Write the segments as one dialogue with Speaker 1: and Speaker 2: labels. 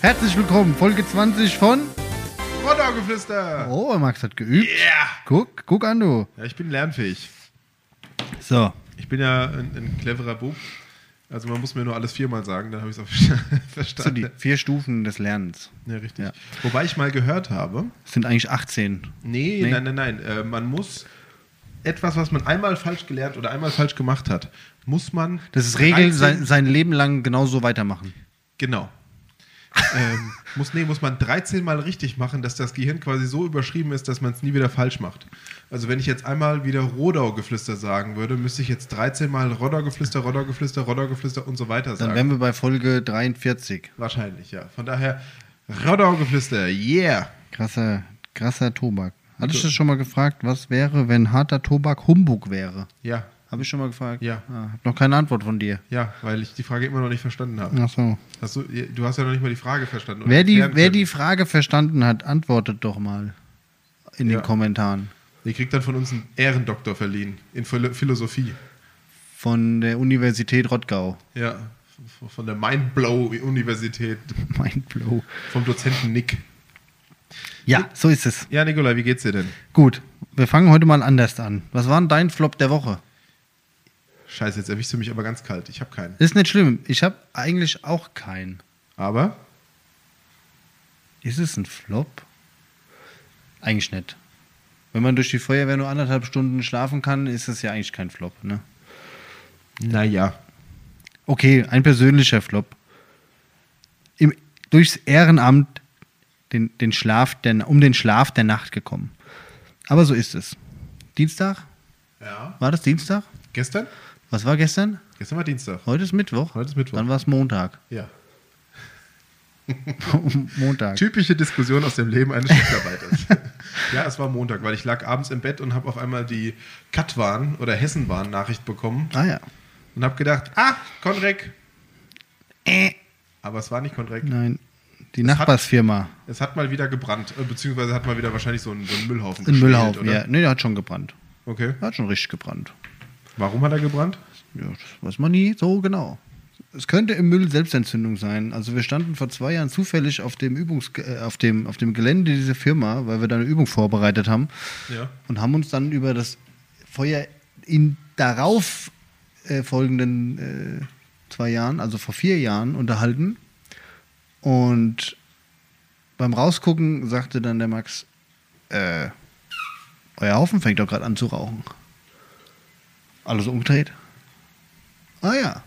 Speaker 1: Herzlich willkommen, Folge 20 von.
Speaker 2: Rottau-Geflüster!
Speaker 1: Oh, Max hat geübt.
Speaker 2: Yeah!
Speaker 1: Guck, guck an, du.
Speaker 2: Ja, ich bin lernfähig.
Speaker 1: So.
Speaker 2: Ich bin ja ein, ein cleverer Bub. Also man muss mir nur alles viermal sagen, dann habe ich es auch
Speaker 1: Das sind
Speaker 2: verstanden.
Speaker 1: die vier Stufen des Lernens.
Speaker 2: Ja, richtig.
Speaker 1: Ja.
Speaker 2: Wobei ich mal gehört habe,
Speaker 1: Es sind eigentlich 18.
Speaker 2: nee,
Speaker 1: Nee.
Speaker 2: nein, nein, nein, äh, man muss etwas, was man einmal falsch gelernt oder einmal falsch gemacht hat, muss man...
Speaker 1: Das ist Regel,
Speaker 2: 13
Speaker 1: sein, sein Leben lang genauso weitermachen.
Speaker 2: Genau. ähm, muss, nee, muss man 13 Mal richtig machen, dass das Gehirn quasi so überschrieben ist, dass man es nie wieder falsch macht. Also wenn ich jetzt einmal wieder Rodau-Geflüster sagen würde, müsste ich jetzt 13 Mal Rodau-Geflüster, Rodau-Geflüster, Rodau-Geflüster und so weiter
Speaker 1: Dann
Speaker 2: sagen.
Speaker 1: wären wir bei Folge 43.
Speaker 2: Wahrscheinlich, ja. Von daher, Rodau-Geflüster, yeah!
Speaker 1: Krasser, krasser Tobak. Hatte ich das schon mal gefragt, was wäre, wenn harter Tobak Humbug wäre?
Speaker 2: Ja,
Speaker 1: Habe ich schon mal gefragt?
Speaker 2: Ja.
Speaker 1: Ah, hab noch keine Antwort von dir.
Speaker 2: ja, weil ich die Frage immer noch nicht verstanden habe.
Speaker 1: Ach so.
Speaker 2: Hast du, du hast ja noch nicht mal die Frage verstanden. oder
Speaker 1: Wer die,
Speaker 2: erklären
Speaker 1: wer
Speaker 2: können.
Speaker 1: die Frage verstanden hat, antwortet doch mal in
Speaker 2: Ja.
Speaker 1: den Kommentaren.
Speaker 2: Ihr kriegt dann von uns einen Ehrendoktor verliehen in Philo- Philosophie.
Speaker 1: Von der Universität Rottgau.
Speaker 2: Ja, v- von der Mindblow-Universität,
Speaker 1: Mindblow.
Speaker 2: vom Dozenten Nick.
Speaker 1: Ja, so ist es.
Speaker 2: Ja, Nikolai, wie geht's dir denn?
Speaker 1: Gut, wir fangen heute mal anders an. Was war denn dein Flop der Woche?
Speaker 2: Scheiße, jetzt erwischst du mich aber ganz kalt. Ich habe keinen.
Speaker 1: Ist nicht schlimm. Ich habe eigentlich auch keinen.
Speaker 2: Aber
Speaker 1: Ist es ein Flop? Eigentlich nicht. Wenn man durch die Feuerwehr nur anderthalb Stunden schlafen kann, ist es ja eigentlich kein Flop. Ne?
Speaker 2: naja.
Speaker 1: Okay, ein persönlicher Flop. Im, durchs Ehrenamt den, den Schlaf der, um den Schlaf der Nacht gekommen. Aber so ist es. Dienstag?
Speaker 2: Ja.
Speaker 1: War das Dienstag?
Speaker 2: Gestern?
Speaker 1: Was war gestern?
Speaker 2: Gestern war Dienstag.
Speaker 1: Heute ist Mittwoch.
Speaker 2: Heute ist Mittwoch.
Speaker 1: Dann war es Montag.
Speaker 2: Ja.
Speaker 1: Montag.
Speaker 2: Typische Diskussion aus dem Leben eines Schichtarbeiters. ja, es war Montag, weil ich lag abends im Bett und habe auf einmal die Katwan oder Hessenbahn-Nachricht bekommen
Speaker 1: Ah ja.
Speaker 2: und habe gedacht, ah, Konrek.
Speaker 1: Äh.
Speaker 2: Aber es war nicht Konrek.
Speaker 1: Nein. Die
Speaker 2: Das hat-
Speaker 1: Nachbarsfirma.
Speaker 2: Es hat mal wieder gebrannt, äh, beziehungsweise hat mal wieder wahrscheinlich so einen, so einen Müllhaufen.
Speaker 1: In
Speaker 2: gespielt,
Speaker 1: Müllhaufen.
Speaker 2: oder?
Speaker 1: Ja. Nee, der hat schon gebrannt.
Speaker 2: Okay.
Speaker 1: Der hat schon richtig gebrannt.
Speaker 2: Warum hat er gebrannt?
Speaker 1: Ja, das weiß man nie so genau. Es könnte im Müll Selbstentzündung sein. Also wir standen vor zwei Jahren zufällig auf dem Übungs äh, auf dem auf dem Gelände dieser Firma, weil wir da eine Übung vorbereitet haben
Speaker 2: Ja.
Speaker 1: und haben uns dann über das Feuer in darauf äh, folgenden äh, zwei Jahren, also vor vier Jahren unterhalten und beim Rausgucken sagte dann der Max, äh, euer Haufen fängt doch gerade an zu rauchen. Alles umgedreht. Ah ja.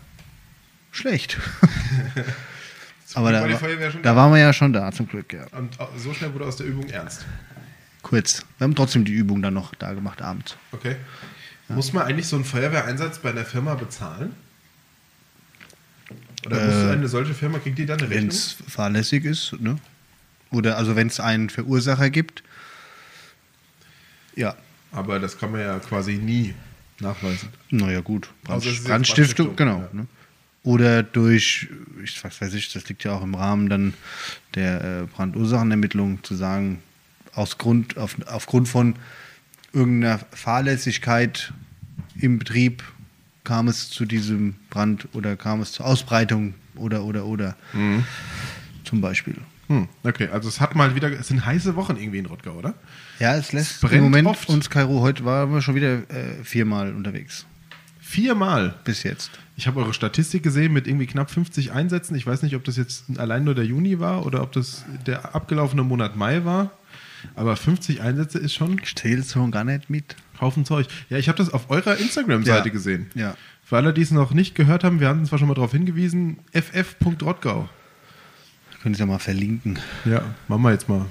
Speaker 1: Schlecht. Aber da,
Speaker 2: war die
Speaker 1: war-
Speaker 2: Feuerwehr schon
Speaker 1: da
Speaker 2: da.
Speaker 1: waren wir ja schon da, zum Glück, ja.
Speaker 2: Und au- so schnell wurde aus der Übung ernst.
Speaker 1: Kurz. Wir haben trotzdem die Übung dann noch da gemacht abends.
Speaker 2: Okay. Muss man eigentlich so einen Feuerwehreinsatz bei einer Firma bezahlen? Oder muss
Speaker 1: Äh,
Speaker 2: eine solche Firma, kriegt die dann eine
Speaker 1: Wenn
Speaker 2: Rechnung?
Speaker 1: es fahrlässig ist, ne? Oder also wenn es einen Verursacher gibt. Ja.
Speaker 2: Aber das kann man ja quasi nie nachweisen.
Speaker 1: Naja, gut. Brand,
Speaker 2: Also es ist jetzt
Speaker 1: Brandstiftung,
Speaker 2: Brandstiftung,
Speaker 1: genau.
Speaker 2: ja.
Speaker 1: Ne? Oder durch, ich was weiß ich, das liegt ja auch im Rahmen dann der äh, Brandursachenermittlung zu sagen, aus Grund, auf, aufgrund von irgendeiner Fahrlässigkeit im Betrieb kam es zu diesem Brand oder kam es zur Ausbreitung oder oder oder
Speaker 2: Mhm.
Speaker 1: zum Beispiel.
Speaker 2: Hm, okay, also es hat mal wieder, es sind heiße Wochen irgendwie in Rottgau, oder?
Speaker 1: Ja, es lässt
Speaker 2: brennt
Speaker 1: im Moment
Speaker 2: oft.
Speaker 1: uns Kairo, heute waren wir schon wieder äh, viermal unterwegs.
Speaker 2: Viermal.
Speaker 1: Bis jetzt.
Speaker 2: Ich habe eure Statistik gesehen mit irgendwie knapp 50 Einsätzen. Ich weiß nicht, ob das jetzt allein nur der Juni war oder ob das der abgelaufene Monat Mai war. Aber 50 Einsätze ist schon
Speaker 1: Ich zähle schon gar nicht mit.
Speaker 2: Haufen Zeug. Ja, ich habe das auf eurer Instagram-Seite
Speaker 1: Ja.
Speaker 2: gesehen.
Speaker 1: Ja.
Speaker 2: Für alle, die es noch nicht gehört haben, wir hatten zwar schon mal darauf hingewiesen, ff.rottgau.
Speaker 1: Können Sie ja mal verlinken.
Speaker 2: Ja, machen wir jetzt mal.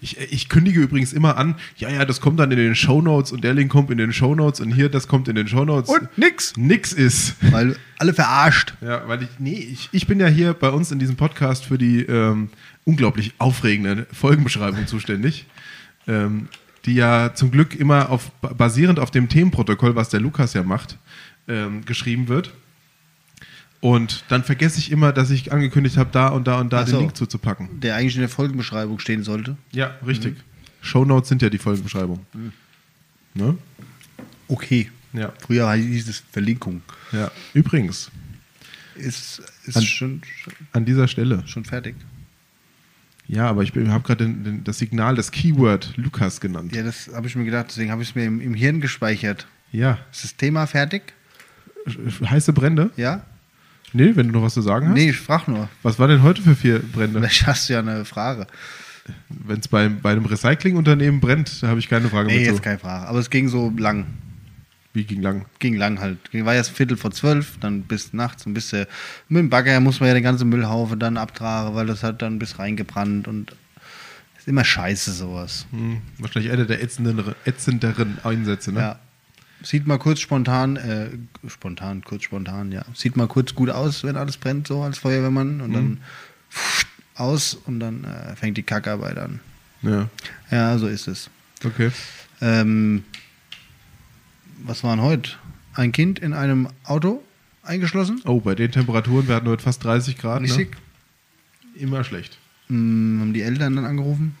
Speaker 2: Ich, ich kündige übrigens immer an, ja, ja, das kommt dann in den Shownotes und der Link kommt in den Shownotes und hier, das kommt in den Shownotes.
Speaker 1: nix.
Speaker 2: nix ist.
Speaker 1: Weil alle verarscht.
Speaker 2: Ja, weil ich, nee, ich, ich bin ja hier bei uns in diesem Podcast für die ähm, unglaublich aufregende Folgenbeschreibung zuständig, ähm, die ja zum Glück immer auf, basierend auf dem Themenprotokoll, was der Lukas ja macht, ähm, geschrieben wird. Und dann vergesse ich immer, dass ich angekündigt habe, da und da und da
Speaker 1: Ach
Speaker 2: den
Speaker 1: so.
Speaker 2: Link zuzupacken.
Speaker 1: Der eigentlich in der Folgenbeschreibung stehen sollte.
Speaker 2: Ja, richtig. Shownotes sind ja die Folgenbeschreibung.
Speaker 1: Mhm.
Speaker 2: Ne?
Speaker 1: Okay.
Speaker 2: Ja.
Speaker 1: Früher hieß es Verlinkung.
Speaker 2: ja. Übrigens,
Speaker 1: Ist,
Speaker 2: An-
Speaker 1: ist schon,
Speaker 2: an dieser Stelle.
Speaker 1: schon fertig.
Speaker 2: Ja, aber ich habe gerade den- den- das Signal, das Keyword Lukas genannt.
Speaker 1: Ja, das habe ich mir gedacht, deswegen habe ich es mir im, im Hirn gespeichert.
Speaker 2: Ja.
Speaker 1: Ist das Thema fertig?
Speaker 2: Heiße Brände?
Speaker 1: Ja?
Speaker 2: Nee, wenn du noch was zu sagen hast.
Speaker 1: Nee, ich frage nur.
Speaker 2: Was war denn heute für vier Brände?
Speaker 1: Vielleicht hast du ja eine Frage.
Speaker 2: Wenn es bei, bei einem Recyclingunternehmen brennt, da habe ich keine Frage
Speaker 1: Nee,
Speaker 2: mehr
Speaker 1: jetzt
Speaker 2: zu.
Speaker 1: keine Frage. Aber es ging so lang.
Speaker 2: Wie ging lang?
Speaker 1: Ging lang halt. Ging- War erst Viertel vor zwölf, dann bis nachts und bis äh, mit dem Bagger muss man ja den ganzen Müllhaufen dann abtragen, weil das hat dann bis reingebrannt und ist immer scheiße sowas.
Speaker 2: Hm, wahrscheinlich einer der ätzenderen, ätzenderen Einsätze, ne?
Speaker 1: Ja. Sieht mal kurz spontan, äh, spontan, kurz spontan, ja. Sieht mal kurz gut aus, wenn alles brennt, so als Feuerwehrmann und dann pff, aus und dann äh, fängt die Kackarbeit an.
Speaker 2: Ja.
Speaker 1: Ja, so ist es.
Speaker 2: Okay.
Speaker 1: Ähm, was waren heute? Ein Kind in einem Auto eingeschlossen?
Speaker 2: Oh, bei den Temperaturen, wir hatten heute fast 30 Grad.
Speaker 1: Richtig.
Speaker 2: Ne? Immer schlecht.
Speaker 1: Hm, haben die Eltern dann angerufen,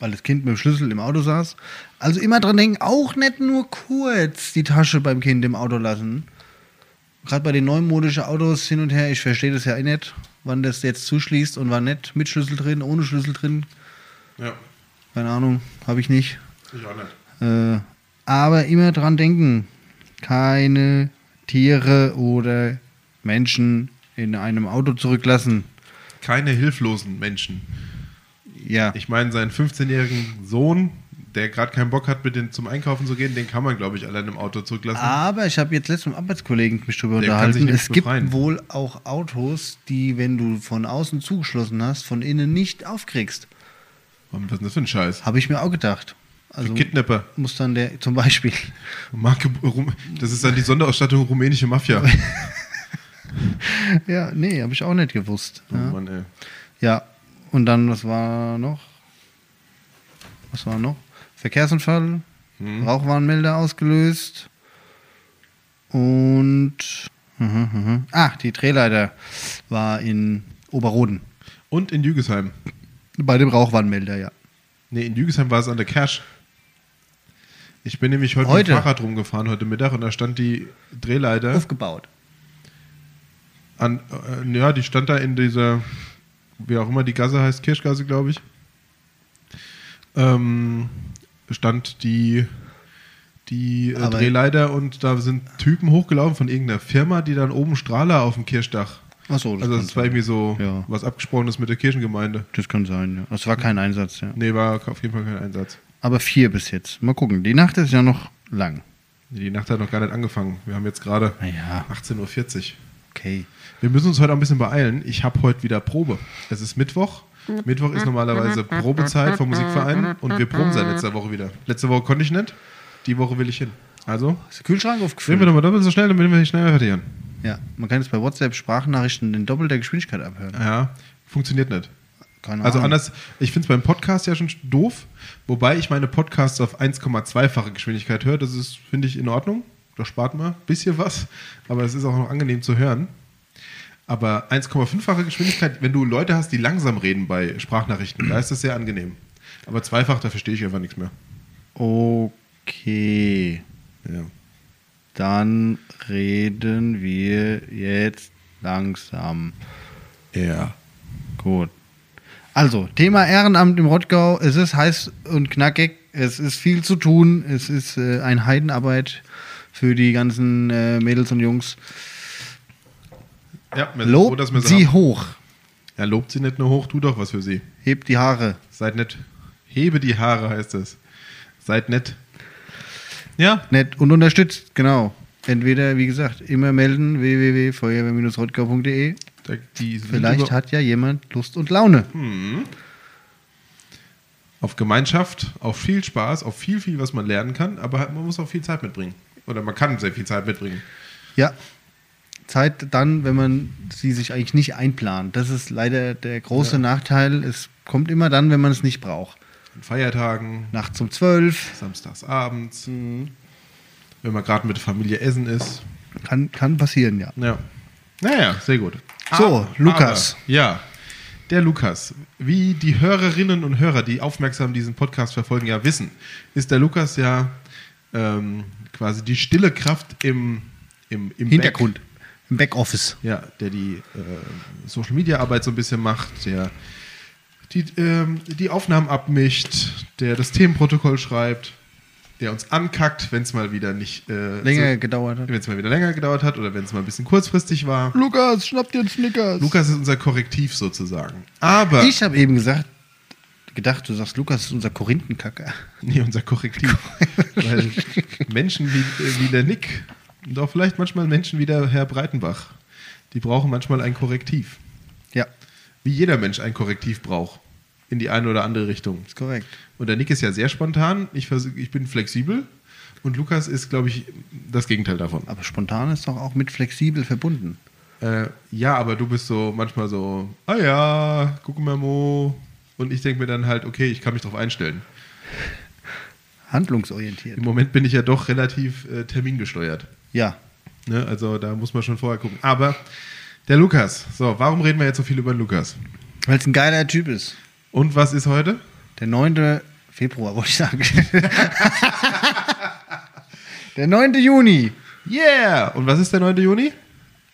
Speaker 1: weil das Kind mit dem Schlüssel im Auto saß. Also immer dran denken, auch nicht nur kurz die Tasche beim Kind im Auto lassen. Gerade bei den neumodischen Autos hin und her, ich verstehe das ja eh nicht, wann das jetzt zuschließt und wann nicht. Mit Schlüssel drin, ohne Schlüssel drin.
Speaker 2: Ja,
Speaker 1: Keine Ahnung, habe ich nicht.
Speaker 2: ich auch nicht.
Speaker 1: Äh, aber immer dran denken, keine Tiere oder Menschen in einem Auto zurücklassen.
Speaker 2: Keine hilflosen Menschen.
Speaker 1: Ja.
Speaker 2: Ich meine, seinen 15-jährigen Sohn, der gerade keinen Bock hat, mit den zum Einkaufen zu gehen, den kann man, glaube ich, allein im Auto zurücklassen.
Speaker 1: Aber ich habe jetzt letztens mit einem Arbeitskollegen mich darüber
Speaker 2: Der kann sich
Speaker 1: unterhalten.
Speaker 2: nämlich
Speaker 1: Es gibt
Speaker 2: befreien.
Speaker 1: wohl auch Autos, die, wenn du von außen zugeschlossen hast, von innen nicht aufkriegst.
Speaker 2: Was ist denn das für ein Scheiß?
Speaker 1: Habe ich mir auch gedacht. Also
Speaker 2: Kidnapper.
Speaker 1: muss dann der, zum Beispiel,
Speaker 2: Marke, Rum- das ist dann die Sonderausstattung rumänische Mafia.
Speaker 1: ja, nee, habe ich auch nicht gewusst.
Speaker 2: Oh
Speaker 1: Ja.
Speaker 2: Mann, ey.
Speaker 1: ja, und dann, was war noch? Was war noch? Verkehrsunfall,
Speaker 2: Mhm.
Speaker 1: Rauchwarnmelder ausgelöst und, mhm, mhm. ah, die Drehleiter war in Oberroden.
Speaker 2: Und in Jügesheim.
Speaker 1: Bei dem Rauchwarnmelder, ja.
Speaker 2: Nee, in Jügesheim war es an der Cash. Ich bin nämlich heute,
Speaker 1: Heute?
Speaker 2: mit dem Fahrrad rumgefahren, heute Mittag, und da stand die Drehleiter.
Speaker 1: Aufgebaut.
Speaker 2: An, äh, ja, die stand da in dieser, wie auch immer die Gasse heißt, Kirschgasse, glaube ich. Ähm, stand die, die äh,
Speaker 1: Aber-
Speaker 2: Drehleiter und da sind Typen hochgelaufen von irgendeiner Firma, die dann oben Strahler auf dem Kirschdach.
Speaker 1: Achso, das,
Speaker 2: Also
Speaker 1: kann
Speaker 2: das war
Speaker 1: sein.
Speaker 2: irgendwie so
Speaker 1: Ja.
Speaker 2: was Abgesprochenes mit der Kirchengemeinde.
Speaker 1: das kann sein. Ja. Das war kein Einsatz, ja.
Speaker 2: Nee, war auf jeden Fall kein Einsatz.
Speaker 1: Aber vier bis jetzt. Mal gucken. Die Nacht ist ja noch lang.
Speaker 2: Die Nacht hat noch gar nicht angefangen. Wir haben jetzt gerade
Speaker 1: Naja,
Speaker 2: 18.40 Uhr.
Speaker 1: okay.
Speaker 2: Wir müssen uns heute auch ein bisschen beeilen. Ich habe heute wieder Probe. Es ist Mittwoch. Mittwoch ist normalerweise Probezeit vom Musikverein und wir proben seit letzter Woche wieder. Letzte Woche konnte ich nicht, die Woche will ich hin. Also,
Speaker 1: Ist der Kühlschrank
Speaker 2: drehen wir
Speaker 1: aufgefüllt?
Speaker 2: doch mal doppelt so schnell, damit wir schneller fertig werden.
Speaker 1: Ja, man kann jetzt bei WhatsApp Sprachnachrichten in doppelter Geschwindigkeit abhören.
Speaker 2: Ja, funktioniert nicht.
Speaker 1: Keine
Speaker 2: Also
Speaker 1: Ahnung.
Speaker 2: anders, ich finde es beim Podcast ja schon doof, wobei ich meine Podcasts auf 1,2-fache Geschwindigkeit höre. Das ist, finde ich, in Ordnung. Da spart man ein bisschen was, aber es ist auch noch angenehm zu hören. Aber 1,5-fache Geschwindigkeit, wenn du Leute hast, die langsam reden bei Sprachnachrichten, da ist das sehr angenehm. Aber zweifach, da verstehe ich einfach nichts mehr.
Speaker 1: Okay.
Speaker 2: Ja.
Speaker 1: Dann reden wir jetzt langsam.
Speaker 2: ja.
Speaker 1: Gut. Also, Thema Ehrenamt im Rottgau. Es ist heiß und knackig. Es ist viel zu tun. Es ist äh, ein Heidenarbeit für die ganzen äh, Mädels und Jungs.
Speaker 2: Ja, wir sind froh,
Speaker 1: Lobt
Speaker 2: dass wir
Speaker 1: sie
Speaker 2: sie haben.
Speaker 1: hoch.
Speaker 2: Ja, lobt sie nicht nur hoch, tu doch was für sie.
Speaker 1: Hebt die Haare.
Speaker 2: Seid nett. Hebe die Haare heißt es. Seid nett. Ja,
Speaker 1: Nett und unterstützt, genau. Entweder, wie gesagt, immer melden www.feuerwehr-rottgau.de.
Speaker 2: da- die sind
Speaker 1: Vielleicht
Speaker 2: über-
Speaker 1: hat ja jemand Lust und Laune.
Speaker 2: Hm. auf Gemeinschaft, auf viel Spaß, auf viel, viel, was man lernen kann, aber halt, man muss auch viel Zeit mitbringen. Oder man kann sehr viel Zeit mitbringen.
Speaker 1: Ja. Zeit dann, wenn man sie sich eigentlich nicht einplant. Das ist leider der große Nachteil. Es kommt immer dann, wenn man es nicht braucht.
Speaker 2: An Feiertagen,
Speaker 1: Nachts um zwölf.
Speaker 2: samstags abends,
Speaker 1: Mhm.
Speaker 2: wenn man gerade mit der Familie essen ist.
Speaker 1: Kann, kann passieren, ja.
Speaker 2: Ja. Naja, sehr gut.
Speaker 1: So,
Speaker 2: Aber-
Speaker 1: Lukas.
Speaker 2: Aber, ja, der Lukas. Wie die Hörerinnen und Hörer, die aufmerksam diesen Podcast verfolgen, ja wissen, ist der Lukas ja ähm, quasi die stille Kraft im, im, im
Speaker 1: Hintergrund. Im Backoffice.
Speaker 2: Ja, der die äh, Social Media Arbeit so ein bisschen macht, der die, ähm, die Aufnahmen abmischt, der das Themenprotokoll schreibt, der uns ankackt, wenn es mal wieder nicht äh,
Speaker 1: Länger gedauert hat.
Speaker 2: wenn es mal wieder länger gedauert hat oder wenn es mal ein bisschen kurzfristig war.
Speaker 1: Lukas, schnapp dir einen Snickers.
Speaker 2: Lukas ist unser Korrektiv sozusagen. Aber
Speaker 1: Ich habe eben gesagt, gedacht, du sagst, Lukas ist unser Korinthenkacker.
Speaker 2: nee, unser Korrektiv, weil Menschen wie, äh, wie der Nick und auch vielleicht manchmal Menschen wie der Herr Breitenbach, die brauchen manchmal ein Korrektiv,
Speaker 1: Ja,
Speaker 2: wie jeder Mensch ein Korrektiv braucht in die eine oder andere Richtung.
Speaker 1: ist korrekt.
Speaker 2: Und der Nick ist ja sehr spontan. Ich, versuch, ich bin flexibel. Und Lukas ist, glaube ich, das Gegenteil davon.
Speaker 1: Aber spontan ist doch auch mit flexibel verbunden.
Speaker 2: Äh, ja, aber du bist so manchmal so, ah ja, guck mal, Mo. Und ich denke mir dann halt, okay, ich kann mich darauf einstellen.
Speaker 1: Handlungsorientiert.
Speaker 2: Im Moment bin ich ja doch relativ äh, termingesteuert.
Speaker 1: Ja.
Speaker 2: Ne? Also da muss man schon vorher gucken. Aber der Lukas. So, warum reden wir jetzt so viel über den Lukas?
Speaker 1: Weil es ein geiler Typ ist.
Speaker 2: Und was ist heute?
Speaker 1: Der 9. Februar, wollte ich sagen. der 9. Juni.
Speaker 2: Yeah! Und was ist der 9. Juni?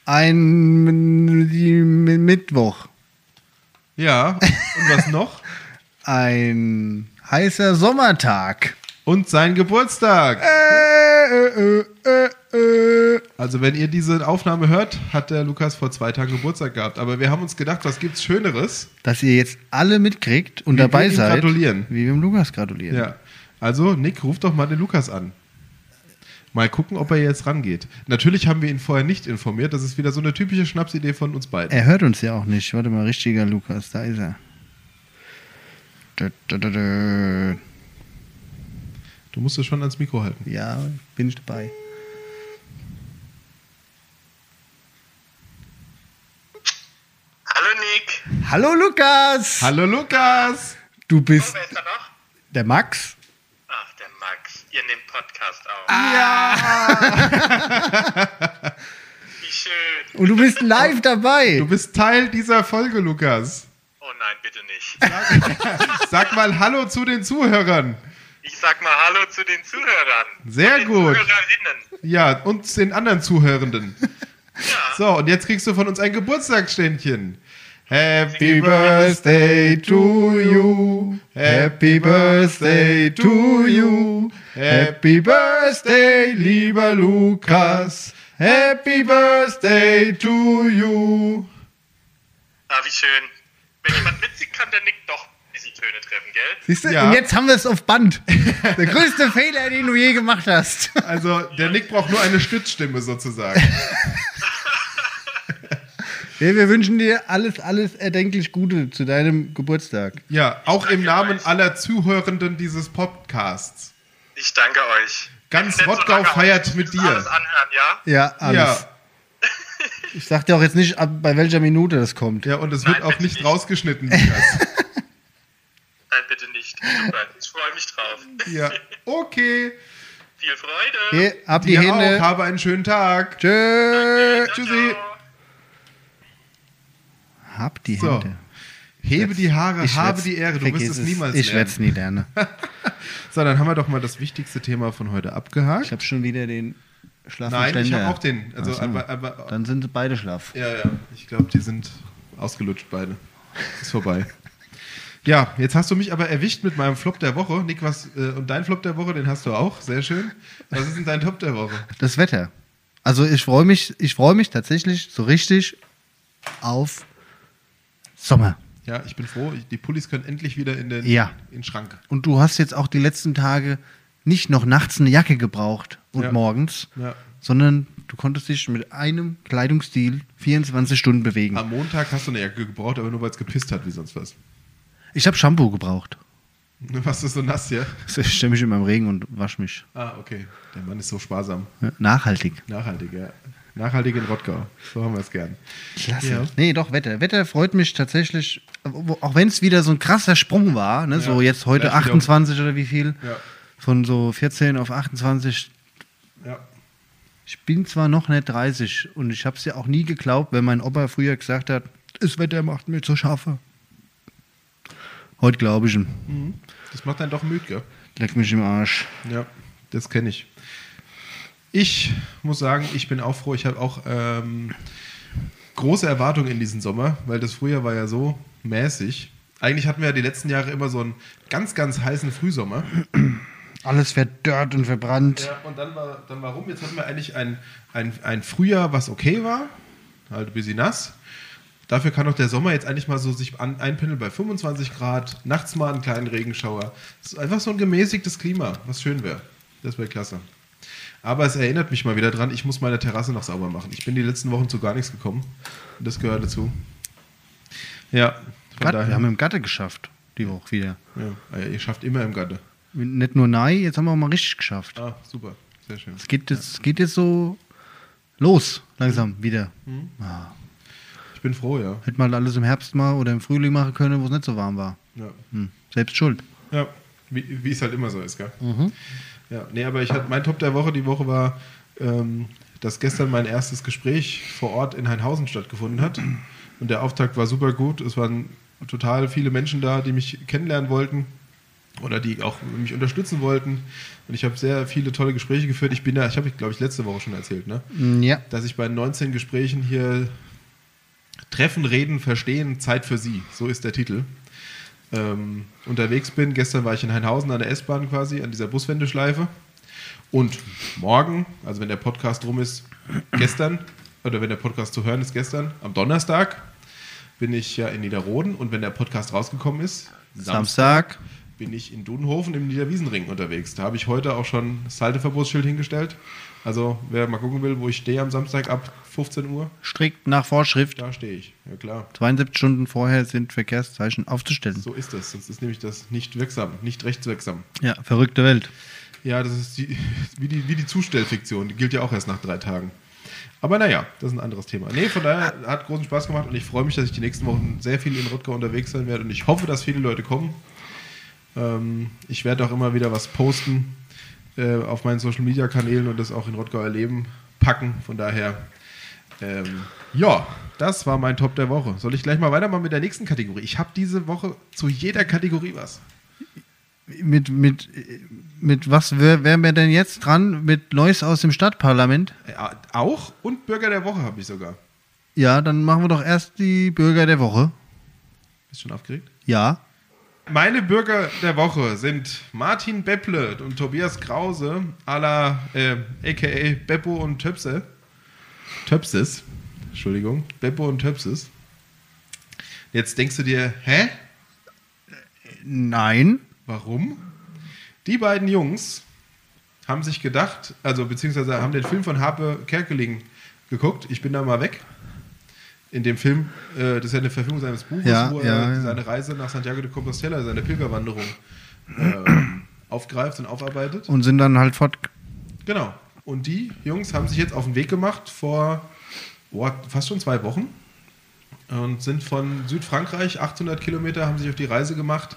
Speaker 1: Ein M- die M- Mittwoch.
Speaker 2: Ja. Und was noch?
Speaker 1: Ein heißer Sommertag.
Speaker 2: Und sein Geburtstag.
Speaker 1: Äh, äh, äh, äh, äh.
Speaker 2: Also wenn ihr diese Aufnahme hört, hat der Lukas vor zwei Tagen Geburtstag gehabt. Aber wir haben uns gedacht, was gibt's Schöneres?
Speaker 1: Dass ihr jetzt alle mitkriegt und
Speaker 2: Wie wir
Speaker 1: dabei
Speaker 2: ihm
Speaker 1: seid.
Speaker 2: gratulieren.
Speaker 1: Wie wir dem Lukas gratulieren.
Speaker 2: Ja. Also Nick, ruf doch mal den Lukas an. Mal gucken, ob er jetzt rangeht. Natürlich haben wir ihn vorher nicht informiert. Das ist wieder so eine typische Schnapsidee von uns beiden.
Speaker 1: Er hört uns ja auch nicht. Warte mal, richtiger Lukas, da ist er. Dö, dö, dö, dö.
Speaker 2: Du musst es schon ans Mikro halten.
Speaker 1: Ja, bin ich dabei.
Speaker 3: Hallo Nick.
Speaker 1: Hallo Lukas!
Speaker 2: Hallo Lukas!
Speaker 1: Du
Speaker 3: Oh,
Speaker 1: bist
Speaker 3: wer ist da noch?
Speaker 1: der Max?
Speaker 3: Ach, der Max. Ihr nehmt Podcast auf. Wie schön.
Speaker 1: Und du bist live dabei.
Speaker 2: Du bist Teil dieser Folge, Lukas.
Speaker 3: Oh nein, bitte nicht.
Speaker 2: Sag mal Hallo zu den Zuhörern.
Speaker 3: Ich sag mal Hallo zu den Zuhörern.
Speaker 2: Sehr
Speaker 3: den
Speaker 2: gut.
Speaker 3: Zuhörerinnen.
Speaker 2: Ja, und den anderen Zuhörenden.
Speaker 3: Ja.
Speaker 2: So, und jetzt kriegst du von uns ein Geburtstagsständchen. Happy Birthday to you. Happy Birthday to you. Happy Birthday, lieber Lukas. Happy Birthday to you.
Speaker 3: Ah, wie schön. Wenn jemand mitsingt, kann der Nick doch diese Töne treffen, gell?
Speaker 1: Siehst du?
Speaker 2: Ja.
Speaker 1: Und jetzt haben wir es auf Band. Der größte Fehler, den du je gemacht hast.
Speaker 2: Also, der Nick braucht nur eine Stützstimme sozusagen.
Speaker 1: Wir, wir wünschen dir alles, alles erdenklich Gute zu deinem Geburtstag.
Speaker 2: Ja, auch im Namen aller Zuhörenden dieses Podcasts.
Speaker 3: Ich danke euch.
Speaker 2: Ganz
Speaker 3: Wenn ihr
Speaker 2: Rottgau
Speaker 3: lange
Speaker 2: feiert
Speaker 3: euch
Speaker 2: mit
Speaker 3: das
Speaker 2: dir.
Speaker 3: Alles anhören, ja?
Speaker 1: Ja, alles.
Speaker 2: Ja,
Speaker 1: Ich sag dir auch jetzt nicht, ab, bei welcher Minute das kommt.
Speaker 2: ja, und es wird
Speaker 3: Nein,
Speaker 2: auch
Speaker 3: bitte
Speaker 2: nicht
Speaker 3: nicht.
Speaker 2: rausgeschnitten, Lukas.
Speaker 3: Nein, bitte nicht. Super. Ich freue mich drauf.
Speaker 2: Ja, okay.
Speaker 3: Viel Freude.
Speaker 1: Hier, ab die
Speaker 2: Dir
Speaker 1: Hände.
Speaker 2: auch. Habe einen schönen Tag.
Speaker 1: Tschö.
Speaker 3: Ciao,
Speaker 2: tschüssi.
Speaker 3: ciao.
Speaker 1: Hab die
Speaker 2: So.
Speaker 1: Hände.
Speaker 2: Hebe die Haare, habe
Speaker 1: werd's-
Speaker 2: die Ehre. Du
Speaker 1: vergiss
Speaker 2: wirst es niemals
Speaker 1: Ich werde es
Speaker 2: lernen.
Speaker 1: nie lernen.
Speaker 2: So, dann haben wir doch mal das wichtigste Thema von heute abgehakt.
Speaker 1: Ich habe schon wieder den Schlaf
Speaker 2: Nein, ich hab auch den. Also, aber- aber-
Speaker 1: Dann sind beide schlaf.
Speaker 2: ja, ja. Ich glaube, die sind ausgelutscht beide. Ist vorbei. ja, jetzt hast du mich aber erwischt mit meinem Flop der Woche. Nick, was äh, und dein Flop der Woche, den hast du auch. Sehr schön. Was ist denn dein Top der Woche?
Speaker 1: Das Wetter. Also ich freue mich, ich freue mich tatsächlich so richtig auf Sommer.
Speaker 2: Ja, ich bin froh. Ich, die Pullis können endlich wieder in den,
Speaker 1: Ja.
Speaker 2: in den Schrank.
Speaker 1: Und du hast jetzt auch die letzten Tage nicht noch nachts eine Jacke gebraucht und
Speaker 2: Ja.
Speaker 1: morgens,
Speaker 2: Ja.
Speaker 1: sondern du konntest dich mit einem Kleidungsstil 24 Stunden bewegen.
Speaker 2: Am Montag hast du eine Jacke gebraucht, aber nur weil es gepisst hat, wie sonst was.
Speaker 1: Ich habe Shampoo gebraucht.
Speaker 2: Was ist so nass hier?
Speaker 1: Ich stelle mich in meinem Regen und wasche mich.
Speaker 2: Ah, okay. Der Mann ist so sparsam.
Speaker 1: Ja, Nachhaltig.
Speaker 2: Nachhaltig, ja. Nachhaltig in Rottgau. So haben wir es gern.
Speaker 1: Klasse.
Speaker 2: Ja.
Speaker 1: Nee, doch, Wetter. Wetter freut mich tatsächlich, wo- auch wenn es wieder so ein krasser Sprung war, ne? so jetzt heute
Speaker 2: Gleich wieder
Speaker 1: 28 oder wie viel,
Speaker 2: Ja.
Speaker 1: von so 14 auf 28.
Speaker 2: Ja.
Speaker 1: Ich bin zwar noch nicht 30 und ich habe es ja auch nie geglaubt, wenn mein Opa früher gesagt hat, das Wetter macht mir zur Schafe. Heute glaube ich ihm.
Speaker 2: Das macht einen doch müde, gell?
Speaker 1: Leck mich im Arsch.
Speaker 2: Ja, das kenne ich. Ich muss sagen, ich bin auch froh. Ich habe auch ähm, große Erwartungen in diesen Sommer, weil das Frühjahr war ja so mäßig. Eigentlich hatten wir ja die letzten Jahre immer so einen ganz, ganz heißen Frühsommer.
Speaker 1: Alles verdörrt und verbrannt.
Speaker 2: Ja, und dann war, dann war rum. Jetzt hatten wir eigentlich ein, ein, ein Frühjahr, was okay war. Halt ein bisschen nass. Dafür kann auch der Sommer jetzt eigentlich mal so sich an, einpendeln bei 25 Grad, nachts mal einen kleinen Regenschauer. Es ist einfach so ein gemäßigtes Klima, was schön wäre. Das wäre klasse. Aber es erinnert mich mal wieder dran, ich muss meine Terrasse noch sauber machen. Ich bin die letzten Wochen zu gar nichts gekommen. Und das gehört dazu. Ja, von
Speaker 1: Gatt,
Speaker 2: daher.
Speaker 1: wir haben im Gatte geschafft, die Woche wieder.
Speaker 2: ja, ihr schafft immer im Gatte.
Speaker 1: Nicht nur nein, jetzt haben wir auch mal richtig geschafft.
Speaker 2: Ah, super. Sehr schön.
Speaker 1: Es geht jetzt, es geht jetzt so los, langsam wieder. Ah,
Speaker 2: Ich bin froh, ja.
Speaker 1: hätte mal alles im Herbst mal oder im Frühling machen können, wo es nicht so warm war.
Speaker 2: Ja,
Speaker 1: Hm. Selbst schuld.
Speaker 2: ja. wie wie es halt immer so ist, gell? Ja, nee, aber ich hatte mein Top der Woche, die Woche war, ähm, dass gestern mein erstes Gespräch vor Ort in Heinhausen stattgefunden hat. Und der Auftakt war super gut. Es waren total viele Menschen da, die mich kennenlernen wollten oder die auch mich unterstützen wollten. Und ich habe sehr viele tolle Gespräche geführt. Ich bin da, ich habe, glaube ich, letzte Woche schon erzählt, ne?
Speaker 1: Mm, Ja,
Speaker 2: dass ich bei 19 Gesprächen hier Treffen, Reden, Verstehen, Zeit für Sie, so ist der Titel, ähm, unterwegs bin. Gestern war ich in Heinhausen an der S-Bahn quasi, an dieser Buswendeschleife. Und morgen, also wenn der Podcast rum ist, gestern, oder wenn der Podcast zu hören ist, gestern, am Donnerstag, bin ich ja in Niederroden. Und wenn der Podcast rausgekommen ist,
Speaker 1: Samstag.
Speaker 2: bin ich in Dudenhofen im Niederwiesenring unterwegs. Da habe ich heute auch schon das Halteverbotsschild hingestellt. Also wer mal gucken will, wo ich stehe am Samstag ab 15 Uhr,
Speaker 1: Strikt nach Vorschrift.
Speaker 2: da stehe ich. Ja klar,
Speaker 1: 72 Stunden vorher sind Verkehrszeichen aufzustellen.
Speaker 2: so ist das. Sonst ist nämlich das nicht wirksam, nicht rechtswirksam.
Speaker 1: Ja, verrückte Welt.
Speaker 2: Ja, das ist die, wie, die, wie die Zustellfiktion. Die gilt ja auch erst nach drei Tagen. Aber naja, das ist ein anderes Thema. Nee, von daher hat großen Spaß gemacht und ich freue mich, dass ich die nächsten Wochen sehr viel in Rottgau unterwegs sein werde und ich hoffe, dass viele Leute kommen. Ähm, ich werde auch immer wieder was posten äh, auf meinen Social Media Kanälen und das auch in Rottgau erleben packen. Von daher, ähm, ja, das war mein Top der Woche. Soll ich gleich mal weitermachen mit der nächsten Kategorie? Ich habe diese Woche zu jeder Kategorie was.
Speaker 1: Mit, mit, mit was wär- wären wir denn jetzt dran? Mit Neues aus dem Stadtparlament?
Speaker 2: Äh, auch und Bürger der Woche habe ich sogar.
Speaker 1: Ja, dann machen wir doch erst die Bürger der Woche.
Speaker 2: Bist schon aufgeregt?
Speaker 1: Ja.
Speaker 2: Meine Bürger der Woche sind Martin Bepple und Tobias Krause, à la, äh, a.k.a. Beppo und Töpse. Töpsis. Entschuldigung. Beppo und Töpsis. Jetzt denkst du dir, hä?
Speaker 1: Nein.
Speaker 2: Warum? Die beiden Jungs haben sich gedacht, also beziehungsweise haben den Film von Harpe Kerkeling geguckt. Ich bin da mal weg. In dem Film, äh, das ist ja eine Verfilmung seines Buches,
Speaker 1: Ja,
Speaker 2: wo
Speaker 1: ja,
Speaker 2: er
Speaker 1: ja.
Speaker 2: seine Reise nach Santiago de Compostela, seine Pilgerwanderung ähm, aufgreift und aufarbeitet.
Speaker 1: Und sind dann halt fort.
Speaker 2: Genau. Und die Jungs haben sich jetzt auf den Weg gemacht vor boah, fast schon zwei Wochen und sind von Südfrankreich, 800 Kilometer, haben sich auf die Reise gemacht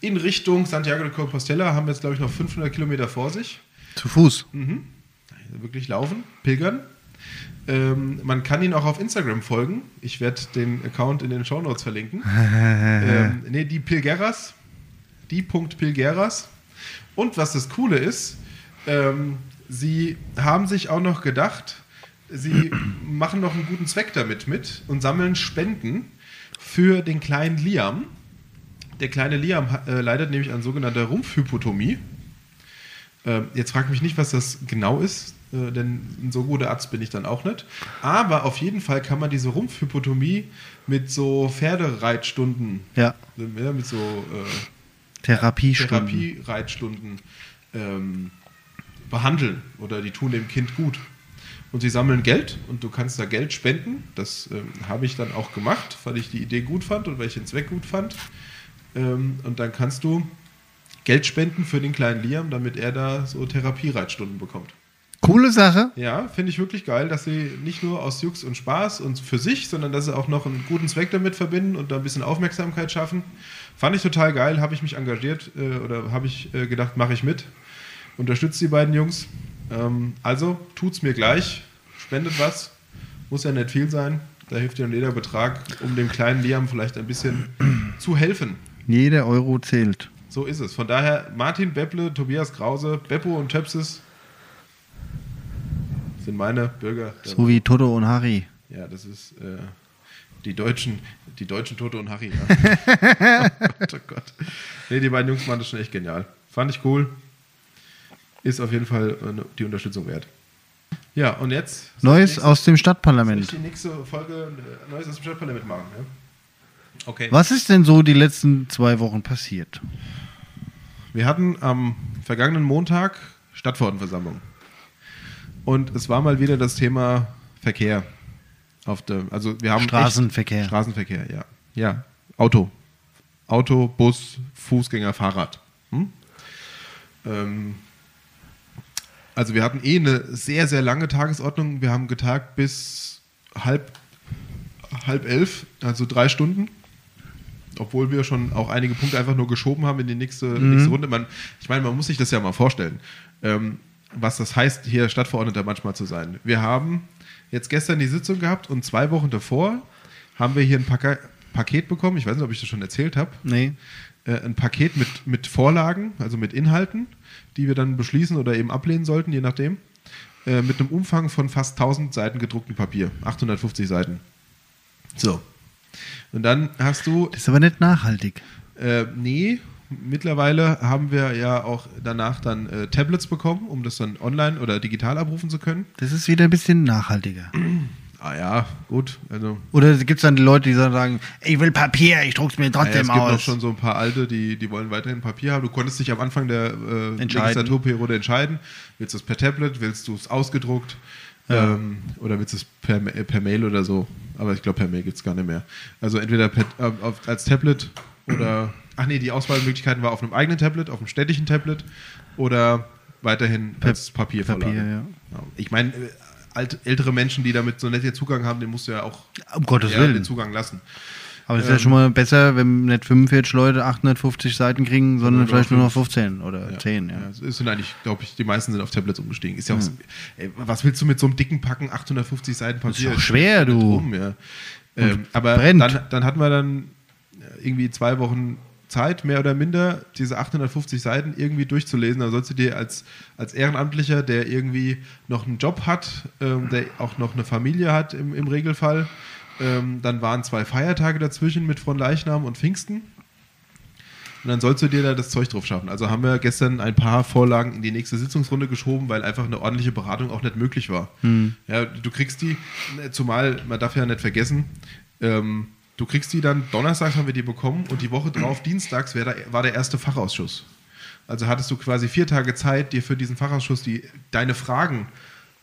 Speaker 2: in Richtung Santiago de Compostela, haben jetzt, glaube ich, noch 500 Kilometer vor sich.
Speaker 1: Zu Fuß.
Speaker 2: Hm. Also wirklich laufen, pilgern. Ähm, man kann ihn auch auf Instagram folgen. Ich werde den Account in den Show Notes verlinken. ähm, nee, die Pilgeras. Die Punkt Pilgeras. Und was das Coole ist, ähm, sie haben sich auch noch gedacht, sie machen noch einen guten Zweck damit mit und sammeln Spenden für den kleinen Liam. Der kleine Liam ha- äh, leidet nämlich an sogenannter Rumpfhypotomie. Ähm, jetzt frag mich nicht, was das genau ist, äh, denn ein so guter Arzt bin ich dann auch nicht. Aber auf jeden Fall kann man diese Rumpfhypotomie mit so Pferdereitstunden,
Speaker 1: Ja.
Speaker 2: ja, mit so äh,
Speaker 1: Therapiestunden.
Speaker 2: Therapiereitstunden ähm, behandeln oder die tun dem Kind gut. Und sie sammeln Geld und du kannst da Geld spenden. Das ähm, habe ich dann auch gemacht, weil ich die Idee gut fand und weil ich den Zweck gut fand. Ähm, und dann kannst du Geld spenden für den kleinen Liam, damit er da so Therapiereitstunden bekommt.
Speaker 1: Coole Sache.
Speaker 2: Ja, finde ich wirklich geil, dass sie nicht nur aus Jux und Spaß und für sich, sondern dass sie auch noch einen guten Zweck damit verbinden und da ein bisschen Aufmerksamkeit schaffen. Fand ich total geil, habe ich mich engagiert äh, oder habe ich äh, gedacht, mache ich mit. Unterstützt die beiden Jungs. Ähm, also tut's mir gleich, spendet was, muss ja nicht viel sein. Da hilft dir ein jeder Betrag, um dem kleinen Liam vielleicht ein bisschen zu helfen.
Speaker 1: Jeder Euro zählt.
Speaker 2: So ist es. Von daher Martin Bepple, Tobias Krause, Beppo und Töpsis sind meine Bürger. der
Speaker 1: So wie Toto und Harry.
Speaker 2: ja, das ist äh, Die Deutschen, die Deutschen Toto und Harry. Ja. oh Gott, oh Gott. Nee, die beiden Jungs waren das schon echt genial. Fand ich cool. Ist auf jeden Fall äh, die Unterstützung wert. Ja, und jetzt?
Speaker 1: Neues aus dem
Speaker 2: Soll ich
Speaker 1: Stadtparlament.
Speaker 2: die nächste Folge äh, Neues aus dem Stadtparlament machen? Ja? Okay.
Speaker 1: Was ist denn so die letzten zwei Wochen passiert?
Speaker 2: Wir hatten am vergangenen Montag Stadtverordnetenversammlung. Und es war mal wieder das Thema Verkehr. Auf der, also wir haben echt-
Speaker 1: Straßenverkehr.
Speaker 2: Straßenverkehr, ja. Ja, Auto. Auto, Bus, Fußgänger, Fahrrad. Hm? Ähm, also wir hatten eh eine sehr, sehr lange Tagesordnung. Wir haben getagt bis halb, halb elf, also drei Stunden. Obwohl wir schon auch einige Punkte einfach nur geschoben haben in die nächste, nächste Runde. Man, ich meine, man muss sich das ja mal vorstellen, ähm, was das heißt, hier Stadtverordneter manchmal zu sein. Wir haben jetzt gestern die Sitzung gehabt und zwei Wochen davor haben wir hier ein Paka Paket bekommen. Ich weiß nicht, ob ich das schon erzählt habe
Speaker 1: Nee.
Speaker 2: äh, ein Paket mit, mit Vorlagen, also mit Inhalten, die wir dann beschließen oder eben ablehnen sollten, je nachdem, äh, mit einem Umfang von fast 1000 Seiten gedrucktem Papier, 850 Seiten. So. Und dann hast du,
Speaker 1: Das ist aber nicht nachhaltig.
Speaker 2: äh, nee, mittlerweile haben wir ja auch danach dann äh, Tablets bekommen, um das dann online oder digital abrufen zu können.
Speaker 1: Das ist wieder ein bisschen nachhaltiger.
Speaker 2: Ah ja, gut, also
Speaker 1: Oder gibt es dann die Leute, die dann sagen, ich will Papier, ich druck's mir
Speaker 2: Naja,
Speaker 1: trotzdem
Speaker 2: es gibt auch
Speaker 1: aus.
Speaker 2: schon so ein paar alte, die, die wollen weiterhin Papier haben. Du konntest dich am Anfang der äh,
Speaker 1: Entscheiden.
Speaker 2: Legislaturperiode entscheiden. Willst du es per Tablet, willst du es ausgedruckt ähm, oder willst du es per, Ma- äh, per Mail oder so? Aber ich glaube, per Mail gibt es gar nicht mehr. Also entweder per, äh, auf, als Tablet oder. Ach nee, die Auswahlmöglichkeiten war auf einem eigenen Tablet, auf einem städtischen Tablet oder weiterhin als Papiervorlage.
Speaker 1: Papier, ja.
Speaker 2: Ja. Ich meine, äh, alt, ältere Menschen, die damit so netten Zugang haben, den musst du ja auch
Speaker 1: Um Gottes
Speaker 2: ja, den
Speaker 1: Willen.
Speaker 2: Zugang lassen.
Speaker 1: Aber es ist ja schon mal besser, wenn nicht 45 Leute 850 Seiten kriegen, sondern
Speaker 2: Nur
Speaker 1: vielleicht
Speaker 2: noch
Speaker 1: nur noch 15 oder
Speaker 2: Ja.
Speaker 1: 10. Ja. Mhm.
Speaker 2: Ja, es sind eigentlich, glaube ich, die meisten sind auf Tablets umgestiegen. Ist ja auch, so- ey, was willst du mit so einem dicken Packen 850 Seiten
Speaker 1: Das ist
Speaker 2: Papier?
Speaker 1: auch schwer, du.
Speaker 2: Rum, ja. ähm, aber
Speaker 1: brennt.
Speaker 2: Dann, dann hatten wir dann äh, irgendwie zwei Wochen Zeit, mehr oder minder, diese 850 Seiten irgendwie durchzulesen. Dann sollst du dir als, als Ehrenamtlicher, der irgendwie noch einen Job hat, ähm, der auch noch eine Familie hat im, im Regelfall, ähm, dann waren zwei Feiertage dazwischen mit Fronleichnam und Pfingsten. Und dann sollst du dir da das Zeug drauf schaffen. Also haben wir gestern ein paar Vorlagen in die nächste Sitzungsrunde geschoben, weil einfach eine ordentliche Beratung auch nicht möglich war. Ja, du kriegst die, zumal man darf ja nicht vergessen, ähm, du kriegst die dann, donnerstags haben wir die bekommen und die Woche drauf, dienstags, wär da, war der erste Fachausschuss. Also hattest du quasi vier Tage Zeit, dir für diesen Fachausschuss die, deine Fragen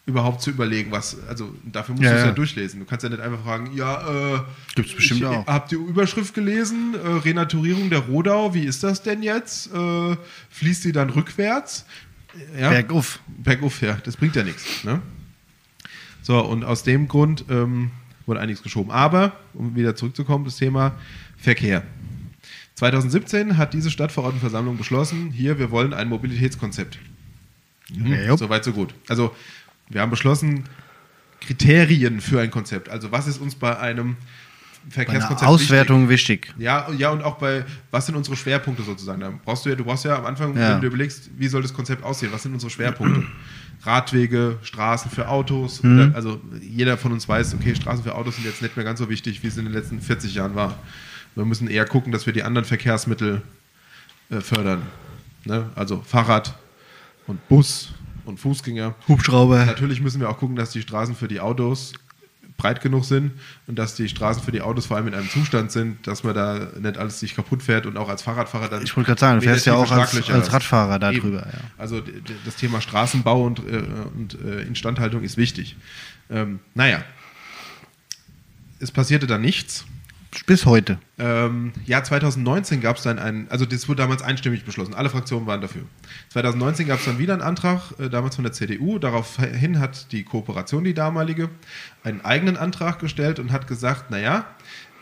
Speaker 2: überhaupt zu überlegen, was, also dafür musst
Speaker 1: Ja,
Speaker 2: du es ja
Speaker 1: ja.
Speaker 2: durchlesen. Du kannst ja nicht einfach fragen, ja, äh,
Speaker 1: Gibt's bestimmt
Speaker 2: ich,
Speaker 1: auch.
Speaker 2: Habt ihr Überschrift gelesen? Äh, Renaturierung der Rodau, wie ist das denn jetzt? Äh, fließt die dann rückwärts? Ja,
Speaker 1: Bergauf.
Speaker 2: bergauf, ja, das bringt ja nichts. Ne? So, und aus dem Grund ähm, wurde einiges geschoben. Aber, um wieder zurückzukommen, das Thema Verkehr. 2017 hat diese Stadtverordnetenversammlung beschlossen, hier, wir wollen ein Mobilitätskonzept.
Speaker 1: Ja, jupp. Genau.
Speaker 2: Soweit, Mhm. so gut. Also, wir haben beschlossen, Kriterien für ein Konzept. Also, was ist uns bei
Speaker 1: Bei
Speaker 2: einem
Speaker 1: einer
Speaker 2: Verkehrskonzept wichtig?
Speaker 1: Auswertung wichtig.
Speaker 2: Ja, ja, und auch bei, was sind unsere Schwerpunkte sozusagen? Da brauchst du ja, du brauchst ja am Anfang,
Speaker 1: Ja.
Speaker 2: wenn du überlegst, wie soll das Konzept aussehen, was sind unsere Schwerpunkte? Radwege, Straßen für Autos, oder, also jeder von uns weiß, okay, Straßen für Autos sind jetzt nicht mehr ganz so wichtig, wie es in den letzten 40 Jahren war. Wir müssen eher gucken, dass wir die anderen Verkehrsmittel äh, fördern. Ne? Also Fahrrad und Bus und Fußgänger.
Speaker 1: Hubschrauber.
Speaker 2: Natürlich müssen wir auch gucken, dass die Straßen für die Autos breit genug sind und dass die Straßen für die Autos vor allem in einem Zustand sind, dass man da nicht alles sich kaputt fährt und auch als Fahrradfahrer dann.
Speaker 1: Ich wollte gerade sagen, du fährst ja auch
Speaker 2: negative
Speaker 1: als,
Speaker 2: Schlaglöcher
Speaker 1: als
Speaker 2: hast.
Speaker 1: Radfahrer
Speaker 2: Eben.
Speaker 1: darüber. Ja.
Speaker 2: Also d- d- das Thema Straßenbau und, äh, und äh, Instandhaltung ist wichtig. Ähm, naja, es passierte dann nichts.
Speaker 1: Bis heute.
Speaker 2: Ähm, ja, 2019 gab es dann einen, also das wurde damals einstimmig beschlossen, alle Fraktionen waren dafür. 2019 gab es dann wieder einen Antrag, äh, damals von der CDU. Daraufhin hat die Kooperation, die damalige, einen eigenen Antrag gestellt und hat gesagt, naja,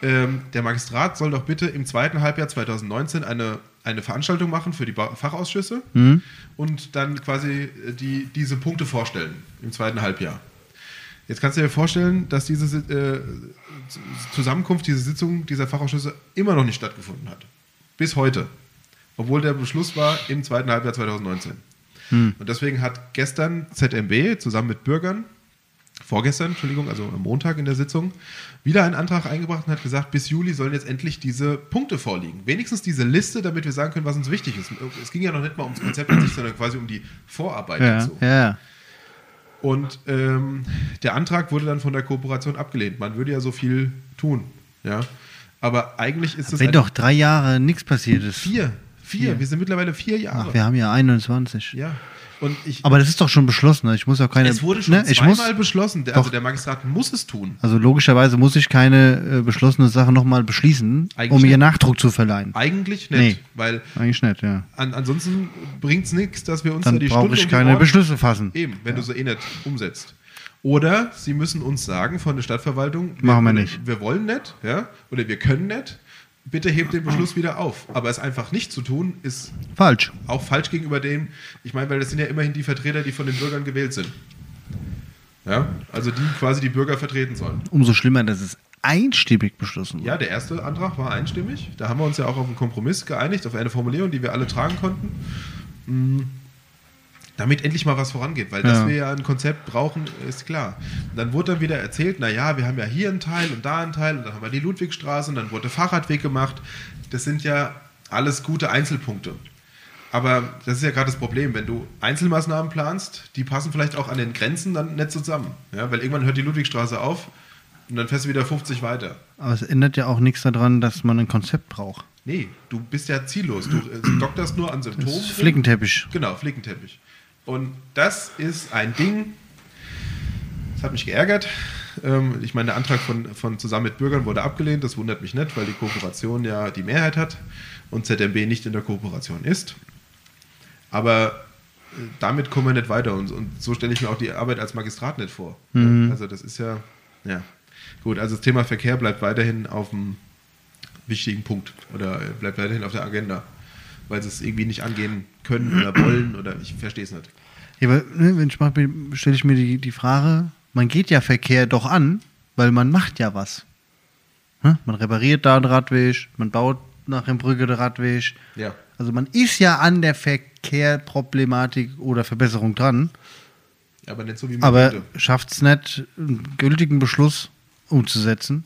Speaker 2: ähm, der Magistrat soll doch bitte im zweiten Halbjahr 2019 eine, eine Veranstaltung machen für die Ba- Fachausschüsse und dann quasi äh, die, diese Punkte vorstellen im zweiten Halbjahr. Jetzt kannst du dir vorstellen, dass diese äh, Z- Zusammenkunft, diese Sitzung dieser Fachausschüsse immer noch nicht stattgefunden hat. Bis heute. Obwohl der Beschluss war im zweiten Halbjahr 2019. Und deswegen hat gestern ZMB zusammen mit Bürgern vorgestern, Entschuldigung, also am Montag in der Sitzung, wieder einen Antrag eingebracht und hat gesagt, bis Juli sollen jetzt endlich diese Punkte vorliegen. Wenigstens diese Liste, damit wir sagen können, was uns wichtig ist. Es ging ja noch nicht mal ums Konzept an sich, sondern quasi um die Vorarbeit
Speaker 1: Ja,
Speaker 2: dazu.
Speaker 1: ja.
Speaker 2: Und ähm, der Antrag wurde dann von der Kooperation abgelehnt. Man würde ja so viel tun. Ja? Aber eigentlich ist es
Speaker 1: Wenn
Speaker 2: ein-
Speaker 1: doch drei Jahre nichts passiert ist.
Speaker 2: vier. Vier. Wir sind mittlerweile vier Jahre.
Speaker 1: Ach, wir haben ja 21.
Speaker 2: ja. Und ich,
Speaker 1: Aber das ist doch schon beschlossen. ne? Ich muss ja keine.
Speaker 2: es wurde schon
Speaker 1: ne? ich muss,
Speaker 2: zweimal beschlossen. Der,
Speaker 1: Doch.
Speaker 2: also der Magistrat muss es tun.
Speaker 1: Also logischerweise muss ich keine äh, beschlossene Sache nochmal beschließen,
Speaker 2: Eigentlich
Speaker 1: um ihr
Speaker 2: nicht.
Speaker 1: Nachdruck zu verleihen.
Speaker 2: Eigentlich nicht,
Speaker 1: Nee.
Speaker 2: weil
Speaker 1: Eigentlich nicht, ja.
Speaker 2: an, ansonsten bringt es nichts, dass wir uns da
Speaker 1: Dann
Speaker 2: die
Speaker 1: brauche
Speaker 2: Stunde
Speaker 1: ich
Speaker 2: um die
Speaker 1: keine
Speaker 2: Ohren-
Speaker 1: Beschlüsse fassen.
Speaker 2: Eben, wenn du sie eh nicht umsetzt. Oder sie müssen uns sagen von der Stadtverwaltung,
Speaker 1: Machen wir
Speaker 2: oder
Speaker 1: nicht.
Speaker 2: Wir wollen nicht, ja, oder wir können nicht. Bitte hebt den Beschluss wieder auf. Aber es einfach nicht zu tun, ist
Speaker 1: Falsch.
Speaker 2: auch falsch gegenüber denen. Ich meine, weil das sind ja immerhin die Vertreter, die von den Bürgern gewählt sind. Ja, also die quasi die Bürger vertreten sollen.
Speaker 1: Umso schlimmer, dass es einstimmig beschlossen wurde.
Speaker 2: Ja, der erste Antrag war einstimmig. Da haben wir uns ja auch auf einen Kompromiss geeinigt, auf eine Formulierung, die wir alle tragen konnten. Mm, Damit endlich mal was vorangeht, weil dass
Speaker 1: Ja.
Speaker 2: wir ja ein Konzept brauchen, ist klar. Und dann wurde dann wieder erzählt, naja, wir haben ja hier einen Teil und da einen Teil und dann haben wir die Ludwigstraße und dann wurde Fahrradweg gemacht. Das sind ja alles gute Einzelpunkte. Aber das ist ja gerade das Problem, wenn du Einzelmaßnahmen planst, die passen vielleicht auch an den Grenzen dann nicht zusammen. Ja, weil irgendwann hört die Ludwigstraße auf und dann fährst du wieder 50 weiter.
Speaker 1: Aber es ändert ja auch nichts daran, dass man ein Konzept braucht.
Speaker 2: Nee, du bist ja ziellos. Du äh, dokterst nur an Symptomen.
Speaker 1: Das ist
Speaker 2: rum.
Speaker 1: Flickenteppich.
Speaker 2: Genau, Flickenteppich. Und das ist ein Ding, das hat mich geärgert. Ähm, ich meine, der Antrag von, von Zusammen mit Bürgern wurde abgelehnt. Das wundert mich nicht, weil die Kooperation ja die Mehrheit hat und ZMB nicht in der Kooperation ist. Aber äh, damit kommen wir nicht weiter und, und so stelle ich mir auch die Arbeit als Magistrat nicht vor.
Speaker 1: Mhm.
Speaker 2: Also das ist ja, ja. Gut, also das Thema Verkehr bleibt weiterhin auf dem wichtigen Punkt oder äh, bleibt weiterhin auf der Agenda, weil sie es irgendwie nicht angehen können oder wollen oder ich verstehe es nicht.
Speaker 1: Ja, aber ne, wenn ich mache, stelle ich mir die, die Frage, man geht ja Verkehr doch an, weil man macht ja was. Ne? Man repariert da einen Radweg, man baut nach dem Brücke den Radweg.
Speaker 2: Ja.
Speaker 1: Also man ist ja an der Verkehrproblematik oder Verbesserung dran,
Speaker 2: Aber nicht so wie man
Speaker 1: aber
Speaker 2: wollte.
Speaker 1: schafft es nicht, einen gültigen Beschluss umzusetzen.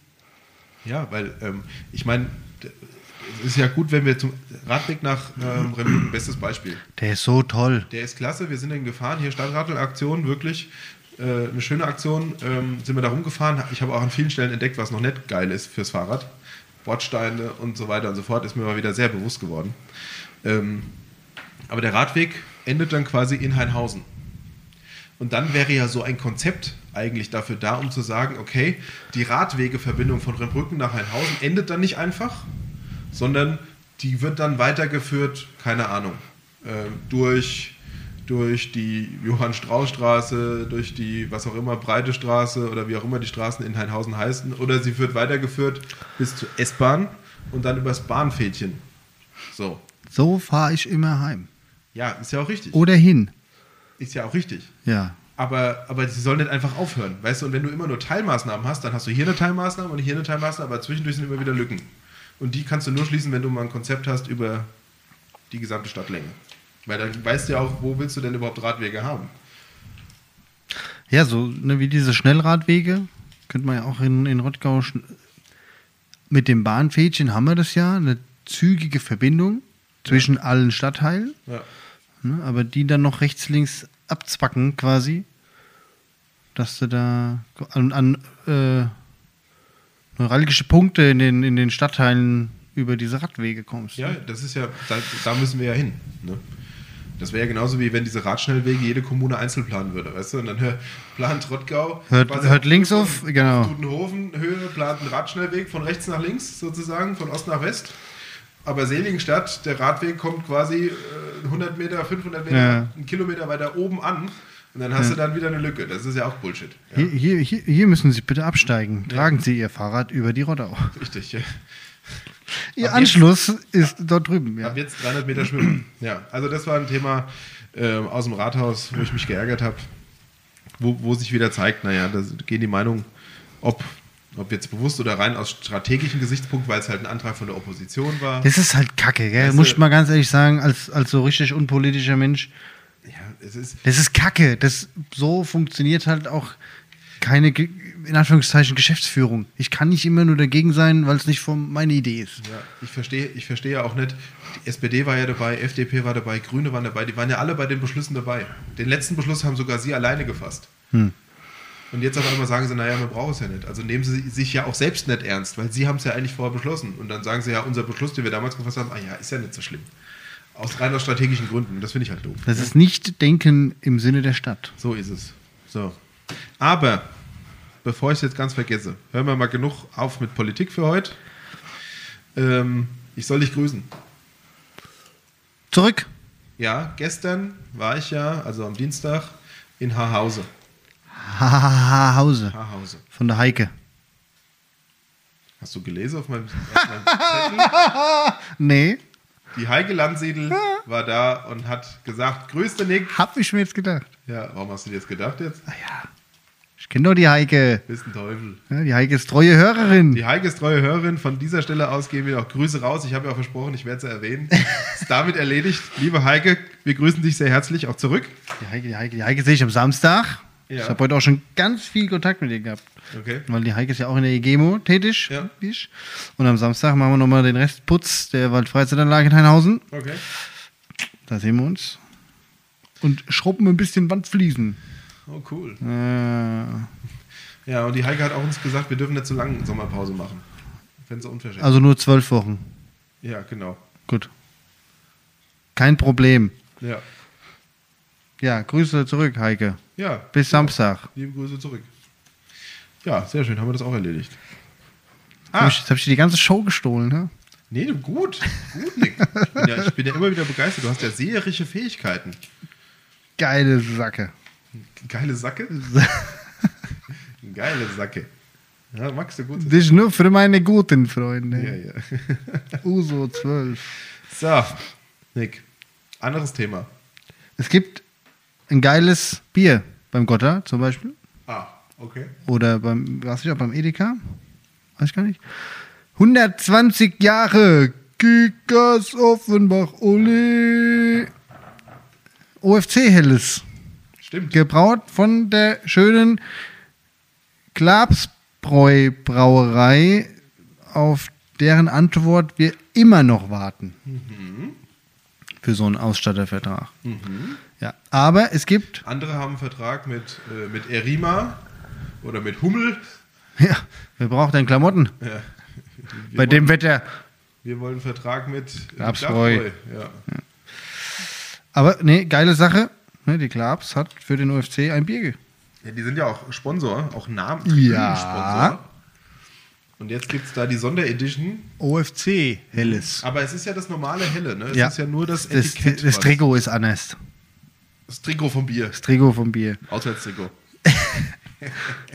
Speaker 2: Ja, weil ähm, ich meine, d- es ist ja gut, wenn wir zum Radweg nach ähm, Remüden, bestes Beispiel.
Speaker 1: Der ist so toll.
Speaker 2: Der ist klasse, wir sind in gefahren. Hier Stadtradl-Aktion, wirklich äh, eine schöne Aktion. Ähm, sind wir da rumgefahren. Ich habe auch an vielen Stellen entdeckt, was noch nicht geil ist fürs Fahrrad. Bordsteine und so weiter und so fort, ist mir mal wieder sehr bewusst geworden. Ähm, aber der Radweg endet dann quasi in Heinhausen. Und dann wäre ja so ein Konzept eigentlich dafür da, um zu sagen, okay, die Radwegeverbindung von Rembrücken nach Heinhausen endet dann nicht einfach, sondern die wird dann weitergeführt, keine Ahnung, ähm, durch, durch die Johann-Strauß-Straße, durch die was auch immer Breite Straße oder wie auch immer die Straßen in Heinhausen heißen, oder sie wird weitergeführt bis zur S-Bahn und dann übers Bahnfädchen. So.
Speaker 1: So fahre ich immer heim.
Speaker 2: Ja, ist ja auch richtig.
Speaker 1: Oder hin.
Speaker 2: Ist ja auch richtig.
Speaker 1: Ja.
Speaker 2: Aber, aber sie sollen nicht einfach aufhören, weißt du? Und wenn du immer nur Teilmaßnahmen hast, dann hast du hier eine Teilmaßnahme und hier eine Teilmaßnahme, aber zwischendurch sind immer wieder Lücken. Und die kannst du nur schließen, wenn du mal ein Konzept hast über die gesamte Stadtlänge. Weil dann weißt du ja auch, wo willst du denn überhaupt Radwege haben?
Speaker 1: Ja, so ne, wie diese Schnellradwege, könnte man ja auch in, in Rottgau schn- mit dem Bahnfädchen haben wir das ja, eine zügige Verbindung zwischen allen Stadtteilen,
Speaker 2: Ja.
Speaker 1: ne, aber die dann noch rechts, links abzwacken quasi, dass du da an, an äh, neuralgische Punkte in den, in den Stadtteilen über diese Radwege kommst.
Speaker 2: Ja, das ist ja, da, da müssen wir ja hin. Ne? Das wäre ja genauso wie wenn diese Radschnellwege jede Kommune einzeln planen würde, weißt du? Und dann hör, plant Rottgau.
Speaker 1: Hört-
Speaker 2: quasi
Speaker 1: hört links auf, genau.
Speaker 2: Dudenhofen, Höhe, plant einen Radschnellweg von rechts nach links sozusagen, von Ost nach West. Aber Seligenstadt, der Radweg kommt quasi äh, 100 Meter, 500 Meter,
Speaker 1: Ja.
Speaker 2: einen Kilometer weiter oben an. Und dann hast
Speaker 1: Ja.
Speaker 2: du dann wieder eine Lücke. Das ist ja auch Bullshit. Ja,
Speaker 1: Hier, hier, hier hier müssen Sie bitte absteigen. Tragen Sie Ihr Fahrrad über die Rottau.
Speaker 2: richtig. Ja.
Speaker 1: Ihr
Speaker 2: Ab
Speaker 1: Anschluss ist dort drüben, ja.
Speaker 2: Ab jetzt 300 Meter schwimmen. Ja, also das war ein Thema ähm, aus dem Rathaus, wo ich mich geärgert habe, wo, wo sich wieder zeigt, naja, da gehen die Meinungen, ob, ob jetzt bewusst oder rein aus strategischem Gesichtspunkt, weil es halt ein Antrag von der Opposition war.
Speaker 1: Das ist halt Kacke, gell?
Speaker 2: Weißt
Speaker 1: Muss
Speaker 2: du-
Speaker 1: ich mal ganz ehrlich sagen, als, als so richtig unpolitischer Mensch.
Speaker 2: Ja, es ist,
Speaker 1: Das ist Kacke. Das so funktioniert halt auch keine, Ge- in Anführungszeichen, Geschäftsführung. Ich kann nicht immer nur dagegen sein, weil es nicht vom, meine Idee ist.
Speaker 2: Ja, ich verstehe, ich verstehe ja auch nicht. Die SPD war ja dabei, FDP war dabei, Grüne waren dabei. Die waren ja alle bei den Beschlüssen dabei. Den letzten Beschluss haben sogar sie alleine gefasst. Und jetzt auf einmal sagen sie, naja, wir brauchen es ja nicht. Also nehmen sie sich ja auch selbst nicht ernst, weil sie haben es ja eigentlich vorher beschlossen. Und dann sagen sie ja, unser Beschluss, den wir damals gefasst haben, ah ja, ist ja nicht so schlimm. Aus rein aus strategischen Gründen. Und Das finde ich halt doof.
Speaker 1: Das ist nicht Denken im Sinne der Stadt.
Speaker 2: So ist es. So. Aber, bevor ich es jetzt ganz vergesse, hören wir mal genug auf mit Politik für heute. Ähm, ich soll dich grüßen.
Speaker 1: Zurück.
Speaker 2: Ja, gestern war ich ja, also am Dienstag, in Haarhause.
Speaker 1: Hahaha, Hause.
Speaker 2: Haarhause.
Speaker 1: Von der Heike.
Speaker 2: Hast du gelesen auf meinem, auf meinem Zettel?
Speaker 1: Nee,
Speaker 2: Die Heike Landsiedel war da und hat gesagt, grüß den Nick.
Speaker 1: hab ich mir jetzt gedacht. Ah
Speaker 2: Ja, warum hast du dir das gedacht jetzt?
Speaker 1: Ich kenne doch die Heike.
Speaker 2: Bist ein Teufel.
Speaker 1: Ja, die Heike ist treue Hörerin.
Speaker 2: Die Heike ist treue Hörerin. Von dieser Stelle aus gehen wir auch Grüße raus. Ich habe ja auch versprochen, ich werde sie erwähnen. Ist damit erledigt. Liebe Heike, wir grüßen dich sehr herzlich auch zurück.
Speaker 1: Die Heike, die Heike, die Heike sehe ich am Samstag.
Speaker 2: Ja.
Speaker 1: Ich habe heute auch schon ganz viel Kontakt mit ihr gehabt.
Speaker 2: Okay.
Speaker 1: Weil die Heike ist ja auch in der E EGEMO tätig.
Speaker 2: Ja.
Speaker 1: wie ich. Und am Samstag machen wir nochmal den Restputz der Waldfreizeitanlage in Heinhausen.
Speaker 2: Okay.
Speaker 1: Da sehen wir uns. Und schrubben ein bisschen Wandfliesen.
Speaker 2: Oh, cool.
Speaker 1: Äh, also
Speaker 2: Ja, und die Heike hat auch uns gesagt, wir dürfen nicht zu lange Sommerpause machen. Wenn sie unverschämt.
Speaker 1: also nur zwölf Wochen.
Speaker 2: ja, genau.
Speaker 1: Gut. Kein Problem.
Speaker 2: Ja.
Speaker 1: Ja, Grüße zurück, Heike.
Speaker 2: Ja.
Speaker 1: Bis Samstag.
Speaker 2: Liebe Grüße zurück. Ja, sehr schön. Haben wir das auch erledigt.
Speaker 1: Hab
Speaker 2: Ah,
Speaker 1: ich, jetzt habe ich dir die ganze Show gestohlen. Ne?
Speaker 2: nee, du- gut. Gut, Nick. Ich bin, ja, ich bin ja immer wieder begeistert. Du hast ja seherische Fähigkeiten.
Speaker 1: Geile Sacke.
Speaker 2: Geile Sacke. Geile Sacke. Ja, magst du gut.
Speaker 1: Dich nur für meine guten
Speaker 2: Ja,
Speaker 1: Freunde.
Speaker 2: ja.
Speaker 1: Uso 12.
Speaker 2: So, Nick. Anderes Thema.
Speaker 1: Es gibt ein geiles Bier beim Gotter zum Beispiel.
Speaker 2: Ah, okay.
Speaker 1: Oder beim, was ich auch beim Edeka? Weiß ich gar nicht. 120 Jahre Kickers Offenbach Ole. OFC Helles.
Speaker 2: Stimmt.
Speaker 1: Gebraut von der schönen Klapsbräu Brauerei, auf deren Antwort wir immer noch warten.
Speaker 2: Mhm.
Speaker 1: Für so einen Ausstattervertrag. Ja, aber es gibt
Speaker 2: Andere haben einen Vertrag mit, äh, mit Erima oder mit Hummel.
Speaker 1: Ja, wer braucht denn Klamotten?
Speaker 2: Ja.
Speaker 1: Bei dem Wetter.
Speaker 2: Wir wollen einen Vertrag mit äh,
Speaker 1: Gabsbräu.
Speaker 2: Gabsbräu, Ja.
Speaker 1: Aber nee, geile Sache. Ne, die Klabs hat für den UFC ein Bier. ge-
Speaker 2: Ja, die sind ja auch Sponsor, auch Namen.
Speaker 1: Ja.
Speaker 2: Sponsor. Und jetzt gibt es da die Sonderedition.
Speaker 1: OFC Helles.
Speaker 2: Aber es ist ja das normale Helle, ne? Es
Speaker 1: Ja.
Speaker 2: ist ja nur das
Speaker 1: Das,
Speaker 2: Etikett.
Speaker 1: das, das
Speaker 2: was-
Speaker 1: Trikot ist anders.
Speaker 2: Das Trikot vom Bier.
Speaker 1: Das Trikot vom Bier.
Speaker 2: Auswärtstrikot.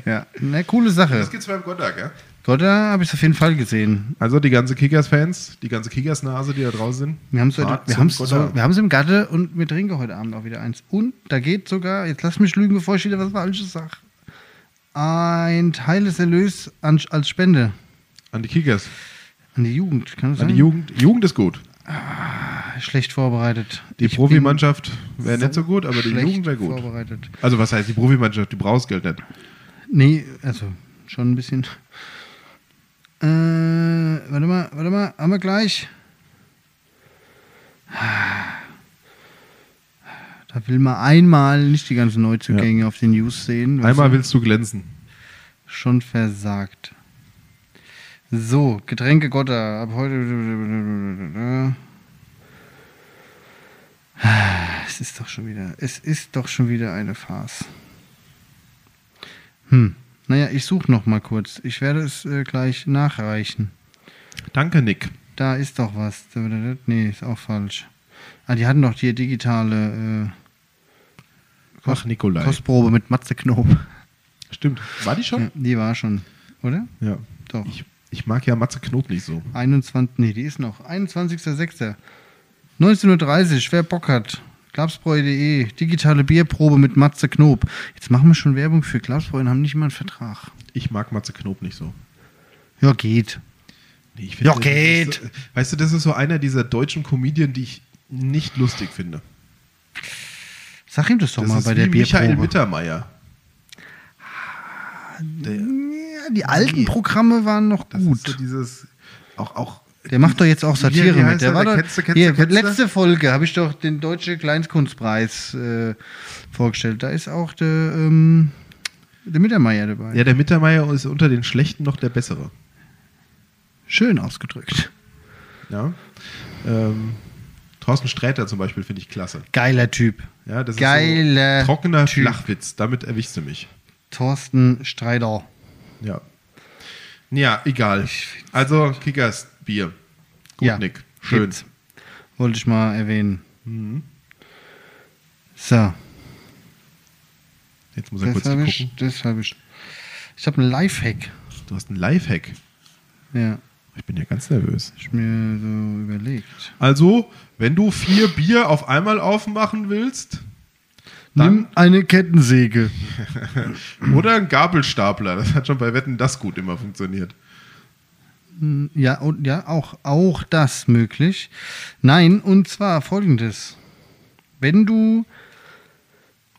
Speaker 1: Ja, ne, coole Sache.
Speaker 2: Das gibt's beim Gottag, ja?
Speaker 1: Gott, da habe ich es auf jeden Fall gesehen.
Speaker 2: Also die ganze Kickers-Fans, die ganze Kickers-Nase, die da draußen sind.
Speaker 1: Wir haben es
Speaker 2: fahrt
Speaker 1: wir
Speaker 2: zum
Speaker 1: haben's
Speaker 2: Gottag.
Speaker 1: so, wir haben's im Gatte und wir trinken heute Abend auch wieder eins. Und da geht sogar, jetzt lass mich lügen, bevor ich wieder was Falsches sage, ein Teil des Erlös an, als Spende
Speaker 2: An die Kickers,
Speaker 1: an die Jugend. Kann das
Speaker 2: an
Speaker 1: sein?
Speaker 2: die Jugend. Jugend ist gut.
Speaker 1: Schlecht vorbereitet.
Speaker 2: Die
Speaker 1: Ich bin-
Speaker 2: Profimannschaft wäre nicht so gut, aber die
Speaker 1: schlecht
Speaker 2: Jugend wäre gut.
Speaker 1: Vorbereitet.
Speaker 2: Also was heißt die Profimannschaft? Die brauchst Geld nicht.
Speaker 1: Nee, also schon ein bisschen. Äh, warte mal, warte mal, haben wir gleich. Da will man einmal nicht die ganzen Neuzugänge auf den News sehen. weißt
Speaker 2: Einmal
Speaker 1: du?
Speaker 2: willst du glänzen.
Speaker 1: schon versagt. So, Getränke Gotter. Ab heute. Es ist doch schon wieder. Es ist doch schon wieder eine Farce. Hm. Naja, ich suche noch mal kurz. Ich werde es äh, gleich nachreichen.
Speaker 2: Danke, Nick.
Speaker 1: Da ist doch was. Nee, ist auch falsch. Ah, die hatten doch hier digitale
Speaker 2: Ach,
Speaker 1: äh,
Speaker 2: Nikolai.
Speaker 1: Kostprobe mit Matze Knob.
Speaker 2: Stimmt. War die
Speaker 1: Ja,
Speaker 2: schon?
Speaker 1: die war schon, oder?
Speaker 2: Ja.
Speaker 1: Doch.
Speaker 2: Ich, ich mag ja Matze Knob nicht so.
Speaker 1: 21, nee, die ist noch. 21.06. 19.30 Uhr, wer Bock hat. Glapsbräu.de, digitale Bierprobe mit Matze Knob. Jetzt machen wir schon Werbung für Glapsbräu und haben nicht mal einen Vertrag.
Speaker 2: Ich mag Matze Knob nicht so.
Speaker 1: Ja, geht.
Speaker 2: Nee, ich find,
Speaker 1: Ja,
Speaker 2: das
Speaker 1: geht.
Speaker 2: Ist so, weißt du, das ist so einer dieser deutschen Comedien, die ich nicht lustig finde.
Speaker 1: Sag ihm das doch
Speaker 2: Das
Speaker 1: mal
Speaker 2: ist
Speaker 1: bei der
Speaker 2: wie Michael
Speaker 1: Bierprobe.
Speaker 2: Mittermeier.
Speaker 1: Ja, die alten Programme waren noch
Speaker 2: Das
Speaker 1: gut.
Speaker 2: ist so dieses, auch, auch
Speaker 1: der macht doch jetzt auch
Speaker 2: Hier, wie
Speaker 1: Satire
Speaker 2: heißt
Speaker 1: mit. Der
Speaker 2: er?
Speaker 1: war
Speaker 2: Der
Speaker 1: doch,
Speaker 2: Ketze, Ketze,
Speaker 1: hier,
Speaker 2: Ketze?
Speaker 1: letzte Folge habe ich doch den Deutsche Kleinkunstpreis äh, vorgestellt. Da ist auch der, ähm, der Mittermeier dabei.
Speaker 2: Ja, der Mittermeier ist unter den Schlechten noch der Bessere.
Speaker 1: Schön ausgedrückt.
Speaker 2: Ja. Ähm, Thorsten Sträter zum Beispiel finde ich klasse.
Speaker 1: Geiler Typ.
Speaker 2: Ja, das
Speaker 1: Geiler
Speaker 2: ist so trockener
Speaker 1: Typ.
Speaker 2: Flachwitz. Damit erwischst du mich.
Speaker 1: Thorsten Streider.
Speaker 2: Ja. Ja, egal. Also Kickers Bier. Gut,
Speaker 1: Ja,
Speaker 2: Nick. Schön. Mhm.
Speaker 1: gibt's. Wollte ich mal erwähnen. So,
Speaker 2: Jetzt muss er
Speaker 1: das
Speaker 2: kurz hier
Speaker 1: habe
Speaker 2: gucken.
Speaker 1: ich, das habe ich. Ich habe einen Lifehack.
Speaker 2: Du hast einen Lifehack.
Speaker 1: Ja,
Speaker 2: Ich bin ja ganz nervös.
Speaker 1: ich mir so überlegt.
Speaker 2: Also, wenn du vier Bier auf einmal aufmachen willst, Dann-
Speaker 1: Nimm eine Kettensäge.
Speaker 2: oder einen Gabelstapler, das hat schon bei Wetten das gut immer funktioniert.
Speaker 1: Ja, und ja, auch, auch das möglich. Nein, und zwar folgendes. Wenn du.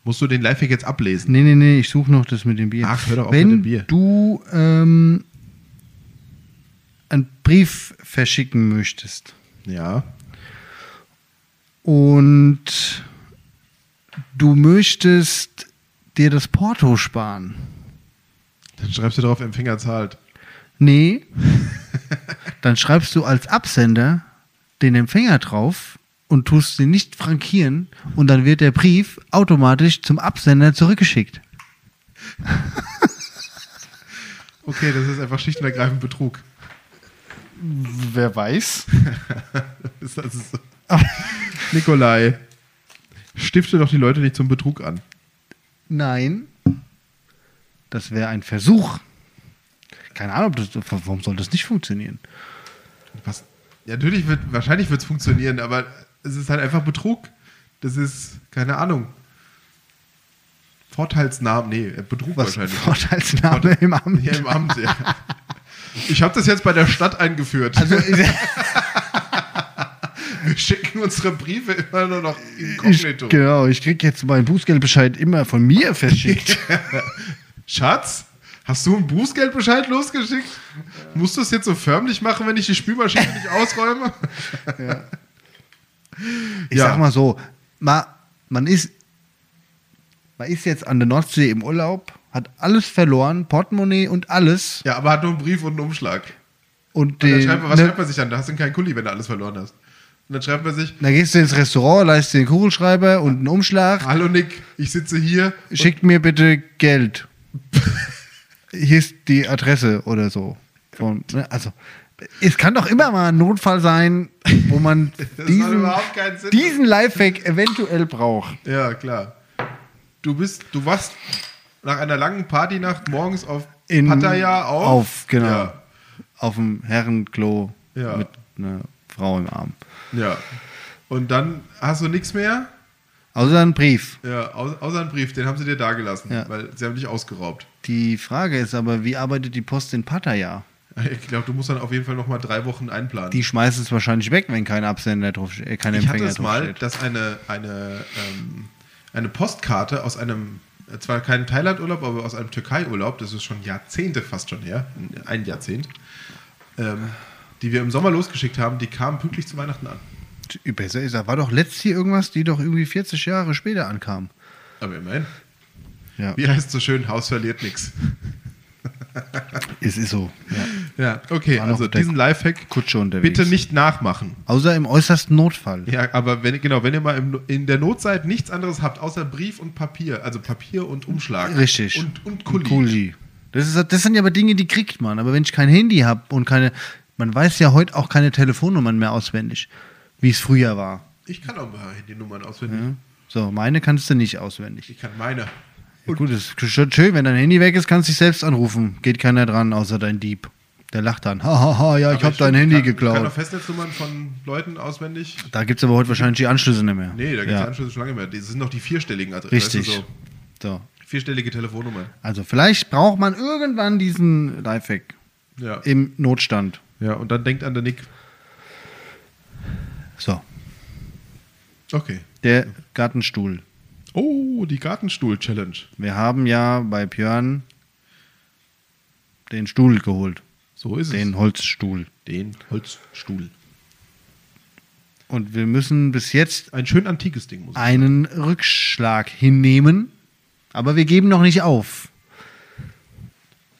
Speaker 2: Musst du den Lifehack jetzt ablesen?
Speaker 1: Nee, nee, nee, ich suche noch das mit dem Bier.
Speaker 2: Ach, hör doch auf
Speaker 1: Wenn
Speaker 2: mit dem Bier.
Speaker 1: du ähm, einen Brief verschicken möchtest,
Speaker 2: Ja.
Speaker 1: und du möchtest dir das Porto sparen.
Speaker 2: Dann schreibst du drauf, Empfänger zahlt.
Speaker 1: Nee, dann schreibst du als Absender den Empfänger drauf und tust ihn nicht frankieren und dann wird der Brief automatisch zum Absender zurückgeschickt.
Speaker 2: Okay, das ist einfach schlicht und ergreifend Betrug.
Speaker 1: Wer weiß?
Speaker 2: Ist das so? Nikolai, stifte doch die Leute nicht zum Betrug an.
Speaker 1: Nein, das wäre ein Versuch. Keine Ahnung, ob das, warum soll das nicht funktionieren?
Speaker 2: Was? Ja, natürlich wird, wahrscheinlich wird es funktionieren, aber es ist halt einfach Betrug. Das ist, keine Ahnung. Vorteilsnamen, nee, äh, Betrug
Speaker 1: Was
Speaker 2: wahrscheinlich.
Speaker 1: Vorteilsnahme im Amt.
Speaker 2: Ja, im Amt, ja. Ich habe das jetzt bei der Stadt eingeführt.
Speaker 1: Also,
Speaker 2: Wir schicken unsere Briefe immer nur noch
Speaker 1: ich,
Speaker 2: inkognito.
Speaker 1: genau, ich krieg jetzt meinen Bußgeldbescheid immer von mir verschickt.
Speaker 2: Schatz, hast du einen Bußgeldbescheid losgeschickt? Musst du es jetzt so förmlich machen, wenn ich die Spülmaschine nicht ausräume?
Speaker 1: Ich
Speaker 2: Ja.
Speaker 1: sag mal so, ma, man, ist, man ist jetzt an der Nordsee im Urlaub, hat alles verloren, Portemonnaie und alles.
Speaker 2: Ja, aber hat nur einen Brief und einen Umschlag.
Speaker 1: Und
Speaker 2: Und dann
Speaker 1: den,
Speaker 2: schreibt man, was
Speaker 1: ne,
Speaker 2: schreibt man sich an? Da hast du keinen Kuli, wenn du alles verloren hast. Und dann schreibt man sich,
Speaker 1: dann gehst du ins Restaurant, leist dir den Kugelschreiber und einen Umschlag,
Speaker 2: hallo Nick, ich sitze hier.
Speaker 1: schickt mir bitte Geld. Hier ist die Adresse oder so. Von, ne, also, es kann doch immer mal ein Notfall sein, wo man
Speaker 2: macht
Speaker 1: diesen,
Speaker 2: überhaupt keinen Sinn.
Speaker 1: diesen Lifehack eventuell braucht.
Speaker 2: Ja, klar. Du bist, du wachst nach einer langen Partynacht morgens auf
Speaker 1: in
Speaker 2: Pattaya auf.
Speaker 1: genau.
Speaker 2: Ja.
Speaker 1: Auf dem Herrenklo
Speaker 2: Ja.
Speaker 1: mit einer Frau im Arm.
Speaker 2: ja. Und dann hast du nichts mehr?
Speaker 1: Außer ein Brief.
Speaker 2: Ja, au- außer einen Brief, den haben sie dir dagelassen,
Speaker 1: Ja.
Speaker 2: weil sie haben dich ausgeraubt.
Speaker 1: Die Frage ist aber, wie arbeitet die Post in Pattaya?
Speaker 2: Ich glaube, du musst dann auf jeden Fall nochmal drei Wochen einplanen.
Speaker 1: Die schmeißt es wahrscheinlich weg, wenn kein Absender drauf, äh, kein
Speaker 2: ich hatte
Speaker 1: Empfänger
Speaker 2: es mal,
Speaker 1: draufsteht.
Speaker 2: dass eine, eine, ähm, eine Postkarte aus einem, äh, zwar kein Thailandurlaub, aber aus einem Türkei-Urlaub, das ist schon Jahrzehnte fast schon her, ein Jahrzehnt, ähm, die wir im Sommer losgeschickt haben, die kam pünktlich zu Weihnachten an.
Speaker 1: Besser ist, da war doch letztes hier irgendwas, die doch irgendwie 40 Jahre später ankam.
Speaker 2: Aber immerhin.
Speaker 1: Ja,
Speaker 2: Wie heißt so schön, Haus verliert nichts.
Speaker 1: es ist so. Ja.
Speaker 2: Ja, okay,
Speaker 1: War noch
Speaker 2: also
Speaker 1: der
Speaker 2: diesen Lifehack
Speaker 1: Kutsche unterwegs.
Speaker 2: bitte nicht nachmachen.
Speaker 1: Außer im äußersten Notfall.
Speaker 2: Ja, aber wenn, genau, wenn ihr mal im, in der Notzeit nichts anderes habt, außer Brief und Papier, also Papier und Umschlag.
Speaker 1: Richtig.
Speaker 2: Und, und Kuli.
Speaker 1: Das, ist, das sind ja aber Dinge, die kriegt man. Aber wenn ich kein Handy habe und keine, man weiß ja heute auch keine Telefonnummern mehr auswendig, wie es früher war.
Speaker 2: Ich kann auch mal die Nummern auswendig.
Speaker 1: Ja? So, meine kannst du nicht auswendig.
Speaker 2: Ich kann meine.
Speaker 1: Ja, gut, das ist schon schön, wenn dein Handy weg ist, kannst du dich selbst anrufen. Geht keiner dran, außer dein Dieb. Der lacht dann. Hahaha, ja, ich
Speaker 2: Aber
Speaker 1: habe dein Handy
Speaker 2: kann, Ich kann auch
Speaker 1: geklaut.
Speaker 2: Festnetznummern von Leuten auswendig.
Speaker 1: Da gibt es aber heute wahrscheinlich die Anschlüsse nicht mehr.
Speaker 2: Nee, da gibt es
Speaker 1: ja.
Speaker 2: Anschlüsse schon lange mehr. Das sind noch die vierstelligen Adressen.
Speaker 1: Richtig.
Speaker 2: weißt du,
Speaker 1: So.
Speaker 2: so vierstellige Telefonnummern.
Speaker 1: Also vielleicht braucht man irgendwann diesen Lifehack
Speaker 2: Ja.
Speaker 1: im Notstand.
Speaker 2: ja, und dann denkt an der Nick.
Speaker 1: So,
Speaker 2: Okay.
Speaker 1: der Gartenstuhl.
Speaker 2: Oh, die Gartenstuhl-Challenge.
Speaker 1: Wir haben ja bei Björn den Stuhl geholt.
Speaker 2: So ist
Speaker 1: Den Holzstuhl.
Speaker 2: es. Den Holzstuhl.
Speaker 1: Und wir müssen bis jetzt
Speaker 2: Ein schön antikes Ding muss ich
Speaker 1: einen Rückschlag hinnehmen. Aber wir geben noch nicht auf.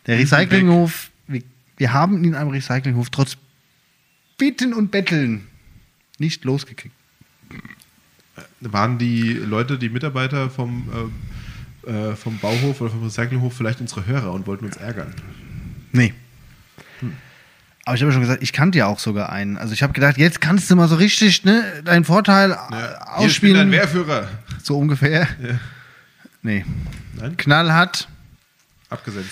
Speaker 1: Der
Speaker 2: Hinten weg.
Speaker 1: Recyclinghof, wir, wir haben ihn am Recyclinghof trotz Bitten und Betteln nicht losgekriegt.
Speaker 2: Waren die Leute, die Mitarbeiter vom, ähm, äh, vom Bauhof oder vom Recyclinghof vielleicht unsere Hörer und wollten uns ärgern?
Speaker 1: Nee. Aber ich habe ja schon gesagt, ich kannte ja auch sogar einen. Also ich habe gedacht, jetzt kannst du mal so richtig ne, deinen Vorteil äh,
Speaker 2: Hier spielt ein
Speaker 1: ausspielen.
Speaker 2: Wehrführer.
Speaker 1: So ungefähr. Nee.
Speaker 2: Nein,
Speaker 1: Knallhart,
Speaker 2: abgesetzt.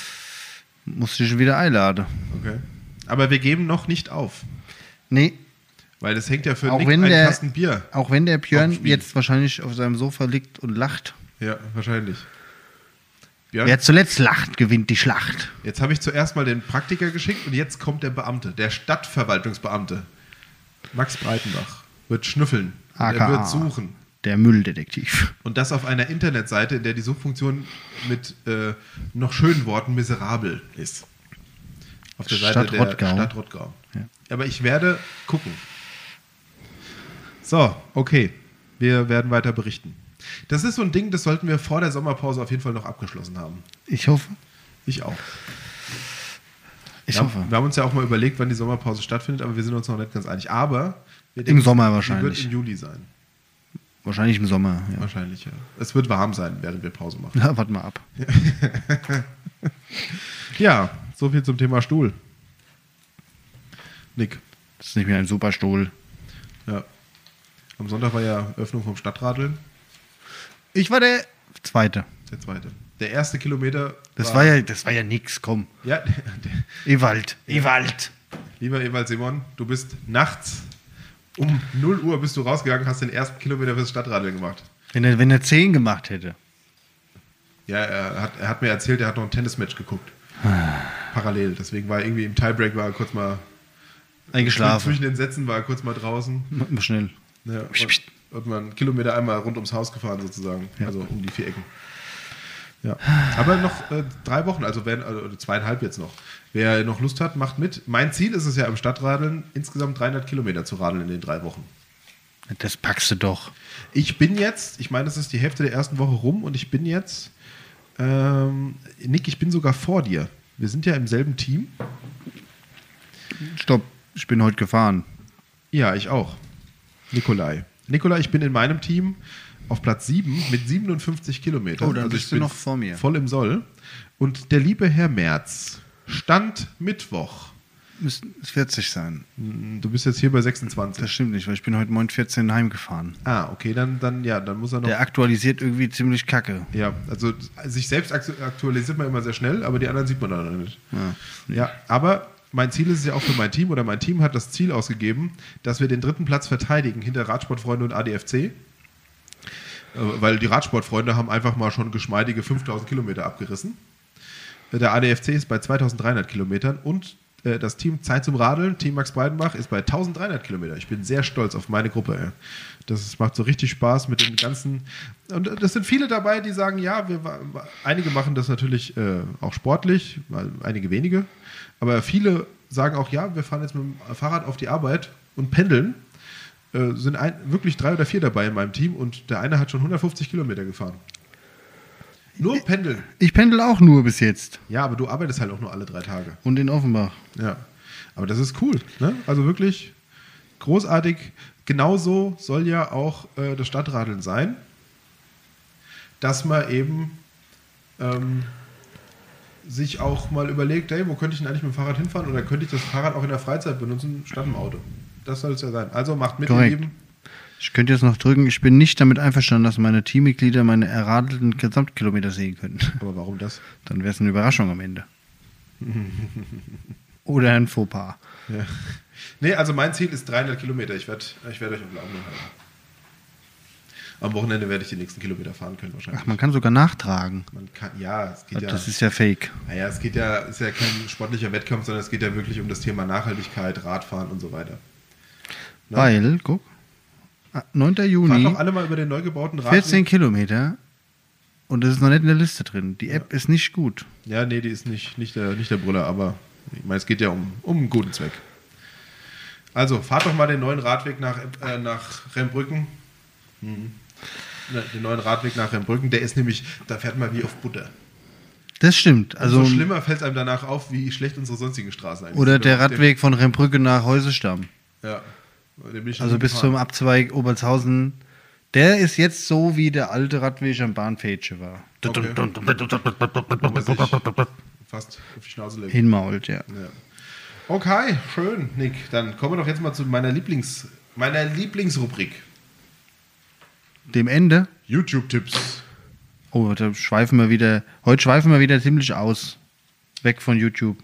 Speaker 1: musste ich schon wieder einladen.
Speaker 2: Okay. Aber wir geben noch nicht auf,
Speaker 1: Nee,
Speaker 2: weil das hängt ja für
Speaker 1: Auch
Speaker 2: Nick
Speaker 1: wenn
Speaker 2: ein
Speaker 1: der-
Speaker 2: Tassen Bier.
Speaker 1: auch wenn der
Speaker 2: Auf
Speaker 1: Björn
Speaker 2: Spiel.
Speaker 1: jetzt wahrscheinlich auf seinem Sofa liegt und lacht.
Speaker 2: Ja, wahrscheinlich. Björn,
Speaker 1: Wer
Speaker 2: jetzt
Speaker 1: zuletzt lacht, gewinnt die Schlacht.
Speaker 2: jetzt habe ich zuerst mal den Praktiker geschickt und jetzt kommt der Beamte, der Stadtverwaltungsbeamte. Max Breitenbach wird schnüffeln. Und er
Speaker 1: AKA.
Speaker 2: wird suchen.
Speaker 1: Der Mülldetektiv.
Speaker 2: Und das auf einer Internetseite, in der die Suchfunktion mit äh, noch schönen Worten miserabel ist. Auf der Seite
Speaker 1: Stadt
Speaker 2: der
Speaker 1: Rottgau.
Speaker 2: Stadt Rottgau.
Speaker 1: Ja.
Speaker 2: Aber ich werde gucken. So, okay. Wir werden weiter berichten. Das ist so ein Ding, das sollten wir vor der Sommerpause auf jeden Fall noch abgeschlossen haben.
Speaker 1: Ich hoffe.
Speaker 2: Ich auch.
Speaker 1: Ich
Speaker 2: wir,
Speaker 1: hoffe.
Speaker 2: Haben, wir haben uns ja auch mal überlegt, wann die Sommerpause stattfindet, aber wir sind uns noch nicht ganz einig. Aber wir
Speaker 1: Sommer
Speaker 2: die
Speaker 1: wahrscheinlich.
Speaker 2: Wird im Juli sein.
Speaker 1: Wahrscheinlich im Sommer. Ja.
Speaker 2: Wahrscheinlich, ja. Es wird warm sein, während wir Pause machen.
Speaker 1: Na, warte mal ab.
Speaker 2: Ja, so viel zum Thema Stuhl. Nick.
Speaker 1: Das ist nicht mehr ein Superstuhl.
Speaker 2: Ja. Am Sonntag war ja Öffnung vom Stadtradeln,
Speaker 1: Ich war der Zweite.
Speaker 2: der zweite. Der erste Kilometer.
Speaker 1: Das war ja, das war ja nix, komm.
Speaker 2: Ja, der,
Speaker 1: Ewald. Ewald.
Speaker 2: lieber Ewald Simon, du bist nachts um 0 Uhr bist du rausgegangen, hast den ersten Kilometer fürs Stadtradeln gemacht.
Speaker 1: Wenn er, wenn er 10 gemacht hätte.
Speaker 2: Ja, er hat, er hat mir erzählt, er hat noch ein Tennismatch geguckt.
Speaker 1: Ah.
Speaker 2: Parallel. Deswegen war er irgendwie im Tiebreak, war er kurz mal.
Speaker 1: Eingeschlafen.
Speaker 2: Zwischen den Sätzen war er kurz mal draußen.
Speaker 1: Mal schnell.
Speaker 2: Ja, und, und man einen Kilometer einmal rund ums Haus gefahren sozusagen, also um die vier Ecken. Ja. Aber noch äh, drei Wochen, also werden also zweieinhalb jetzt noch. Wer noch Lust hat, macht mit. Mein Ziel ist es ja im Stadtradeln insgesamt 300 Kilometer zu radeln in den drei Wochen.
Speaker 1: Das packst du doch.
Speaker 2: Ich bin jetzt, ich meine, das ist die Hälfte der ersten Woche rum und ich bin jetzt, ähm, Nick, ich bin sogar vor dir. Wir sind ja im selben Team.
Speaker 1: Stopp. Ich bin heute gefahren.
Speaker 2: Ja, ich auch. Nikolai. Nikolai, ich bin in meinem Team auf Platz 7 mit 57 Kilometern. Also
Speaker 1: Oh, dann bist
Speaker 2: ich
Speaker 1: du
Speaker 2: bin
Speaker 1: noch vor mir.
Speaker 2: Voll im Soll. Und der liebe Herr Merz stand Mittwoch.
Speaker 1: Müssen es 40 sein.
Speaker 2: Hm, Du bist jetzt hier bei
Speaker 1: Das
Speaker 2: 26.
Speaker 1: stimmt nicht, weil ich bin heute Morgen 14 heimgefahren.
Speaker 2: Ah, okay, dann, dann, ja, dann muss er noch.
Speaker 1: Der aktualisiert irgendwie ziemlich kacke.
Speaker 2: Ja, also sich selbst aktu- aktualisiert man immer sehr schnell, aber die anderen sieht man dann nicht. Ja. aber mein Ziel ist es ja auch für mein Team oder mein Team hat das Ziel ausgegeben, dass wir den dritten Platz verteidigen hinter Radsportfreunde und ADFC. Äh, Weil die Radsportfreunde haben einfach mal schon geschmeidige 5000 Kilometer abgerissen. Der ADFC ist bei 2300 Kilometern und äh, das Team Zeit zum Radeln, Team Max Breidenbach, ist bei 1300 Kilometern. Ich bin sehr stolz auf meine Gruppe. Ey. Das macht so richtig Spaß mit den ganzen. Und äh, das sind viele dabei, die sagen: Ja, wir, wa- wa- einige machen das natürlich äh, auch sportlich, weil einige wenige. Aber viele sagen auch: Ja, wir fahren jetzt mit dem Fahrrad auf die Arbeit und pendeln. Äh, sind ein, wirklich drei oder vier dabei in meinem Team und der eine hat schon 150 Kilometer gefahren. Nur pendeln.
Speaker 1: Ich pendel auch nur bis jetzt.
Speaker 2: Ja, aber du arbeitest halt auch nur alle drei Tage.
Speaker 1: Und in Offenbach.
Speaker 2: Ja. Aber das ist cool. Ne? Also wirklich großartig. Genauso soll ja auch äh, das Stadtradeln sein, dass man eben ähm, sich auch mal überlegt, hey, wo könnte ich denn eigentlich mit dem Fahrrad hinfahren oder könnte ich das Fahrrad auch in der Freizeit benutzen, statt im Auto. Das soll es ja sein. Also macht mit, ihr
Speaker 1: Korrekt.
Speaker 2: Lieben.
Speaker 1: Ich könnte jetzt noch drücken, ich bin nicht damit einverstanden, dass meine Teammitglieder meine erradelten Gesamtkilometer sehen können.
Speaker 2: Aber warum das?
Speaker 1: Dann wäre es eine Überraschung am Ende. Oder ein Fauxpas.
Speaker 2: Ja. Nee, also mein Ziel ist 300 Kilometer. Ich werde ich werd euch auf dem Laufenden halten. Am Wochenende werde ich die nächsten Kilometer fahren können wahrscheinlich.
Speaker 1: Ach, man kann sogar nachtragen.
Speaker 2: Man kann, ja, es geht ja.
Speaker 1: Das ist ja fake.
Speaker 2: Naja, es geht ja, ist ja kein sportlicher Wettkampf, sondern es geht ja wirklich um das Thema Nachhaltigkeit, Radfahren und so weiter. Ja.
Speaker 1: Weil, guck, ah, 9.
Speaker 2: Fahrt
Speaker 1: Juni,
Speaker 2: doch alle mal über den neu gebauten Radweg.
Speaker 1: 14 Kilometer Und das ist noch nicht in der Liste drin. Die App ist nicht gut.
Speaker 2: Ja, nee, die ist nicht, nicht, der, nicht der Brüller, aber ich meine, es geht ja um, um einen guten Zweck. Also, fahrt doch mal den neuen Radweg nach, äh, nach Rembrücken. Mhm. Ne, Den neuen Radweg nach Rembrücken, der ist nämlich, da fährt man wie auf Butter.
Speaker 1: Das stimmt. Also,
Speaker 2: so schlimmer fällt einem danach auf, wie schlecht unsere sonstigen Straßen eigentlich
Speaker 1: oder
Speaker 2: sind.
Speaker 1: der Radweg von Rembrücke nach Häusestamm.
Speaker 2: Ja. Den bin ich schon
Speaker 1: Also bis
Speaker 2: gefahren.
Speaker 1: zum Abzweig Obertshausen. Der ist jetzt so, wie der alte Radweg am Bahnfätsche war.
Speaker 2: Okay. Wo man sich Fast auf die Schnauze legt.
Speaker 1: Hinmault, ja.
Speaker 2: Ja. Okay, schön, Nick. Dann kommen wir doch jetzt mal zu meiner Lieblings meiner Lieblingsrubrik.
Speaker 1: Dem Ende.
Speaker 2: YouTube-Tipps.
Speaker 1: Oh, da schweifen wir wieder. Heute schweifen wir wieder ziemlich aus. Weg von YouTube.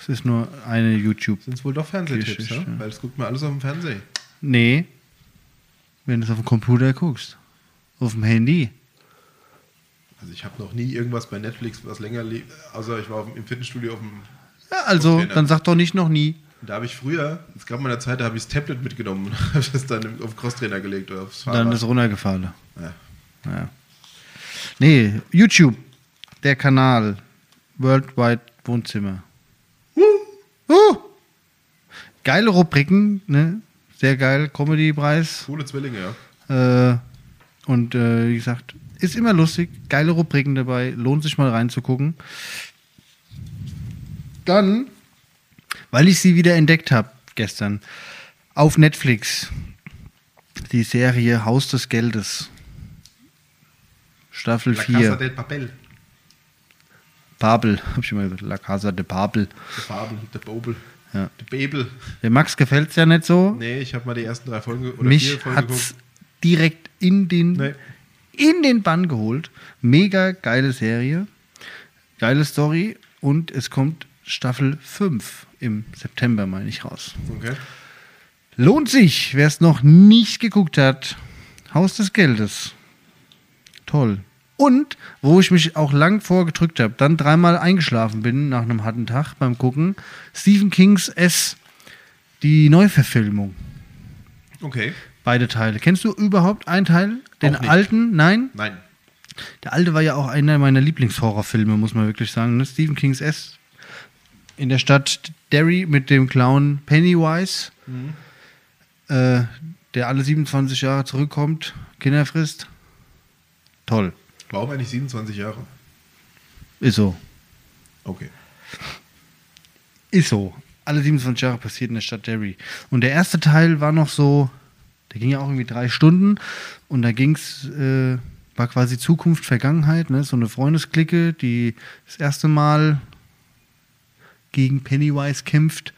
Speaker 1: Es ist nur eine YouTube.
Speaker 2: Sind es wohl doch Fernsehtipps,
Speaker 1: Geschichte.
Speaker 2: ja? Weil es guckt mir alles auf dem Fernsehen.
Speaker 1: Nee. Wenn du es auf dem Computer guckst. Auf dem Handy.
Speaker 2: Also ich habe noch nie irgendwas bei Netflix, was länger liegt. Außer ich war auf, dem- im Fitnessstudio auf dem.
Speaker 1: Ja, also,
Speaker 2: Okay, ne.
Speaker 1: dann sag doch nicht noch nie.
Speaker 2: Da habe ich früher, es gab mal eine Zeit, da habe ich das Tablet mitgenommen und habe das dann im- auf den Crosstrainer gelegt oder aufs Fahrrad.
Speaker 1: Dann ist runtergefallen.
Speaker 2: ja.
Speaker 1: Ja. Nee, YouTube. Der Kanal. Worldwide Wohnzimmer. Uh. Geile Rubriken, ne? Sehr geil, Comedy-Preis.
Speaker 2: Coole Zwillinge, ja.
Speaker 1: Äh, und äh, wie gesagt, ist immer lustig. Geile Rubriken dabei. Lohnt sich mal reinzugucken. Dann, weil ich sie wieder entdeckt habe gestern, auf Netflix die Serie Haus des Geldes. Staffel
Speaker 2: La Casa
Speaker 1: 4.
Speaker 2: del Papel.
Speaker 1: Babel, hab ich immer gesagt. La Casa de Babel.
Speaker 2: Der Fabel, der Bobel.
Speaker 1: Ja.
Speaker 2: Der Bebel.
Speaker 1: Dem Max gefällt es ja nicht so.
Speaker 2: Nee, ich habe mal die ersten drei Folgen ge- oder vier
Speaker 1: Mich
Speaker 2: Folgen
Speaker 1: hat's direkt in den,
Speaker 2: Nee.
Speaker 1: in den Bann geholt. Mega geile Serie, geile Story und es kommt Staffel 5 im September, meine ich, raus.
Speaker 2: geguckt. Okay.
Speaker 1: Lohnt sich, wer es noch nicht geguckt hat. Haus des Geldes. Toll. Und wo ich mich auch lang vorgedrückt habe, dann dreimal eingeschlafen bin nach einem harten Tag beim Gucken, Stephen Kings S, die Neuverfilmung.
Speaker 2: Okay.
Speaker 1: Beide Teile. Kennst du überhaupt einen Teil? Den
Speaker 2: Auch nicht.
Speaker 1: alten? Nein?
Speaker 2: Nein.
Speaker 1: Der alte war ja auch einer meiner Lieblingshorrorfilme, muss man wirklich sagen. Ne? Stephen King's S. In der Stadt Derry mit dem Clown Pennywise,
Speaker 2: Mhm.
Speaker 1: äh, der alle 27 Jahre zurückkommt, Kinder frisst. Toll.
Speaker 2: Warum eigentlich 27 Jahre?
Speaker 1: Ist so.
Speaker 2: Okay.
Speaker 1: Ist so. Alle 27 Jahre passiert in der Stadt Derry. Und der erste Teil war noch so, der ging ja auch irgendwie drei Stunden und da ging's, äh, war quasi Zukunft, Vergangenheit, ne? so eine Freundesklicke, die das erste Mal gegen Pennywise kämpft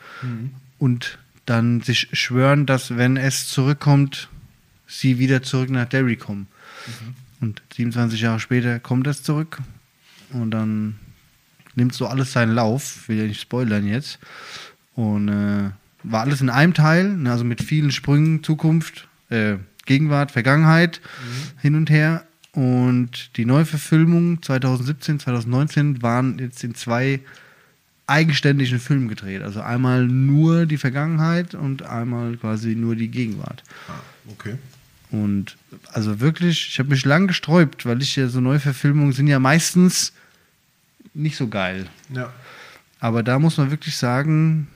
Speaker 1: und dann sich schwören, dass wenn es zurückkommt, sie wieder zurück nach Derry kommen. Und 27 Jahre später kommt das zurück und dann nimmt so alles seinen Lauf, will ja nicht spoilern jetzt. Und äh, war alles in einem Teil, ne, also mit vielen Sprüngen, Zukunft, äh, Gegenwart, Vergangenheit, hin und her. Und die Neuverfilmung 2017, 2019 waren jetzt in zwei eigenständigen Filmen gedreht. Also einmal nur die Vergangenheit und einmal quasi nur die Gegenwart.
Speaker 2: Ah, okay.
Speaker 1: Und also wirklich, ich habe mich lang gesträubt, weil ich ja so Neuverfilmungen sind ja meistens nicht so geil.
Speaker 2: Ja.
Speaker 1: Aber da muss man wirklich sagen,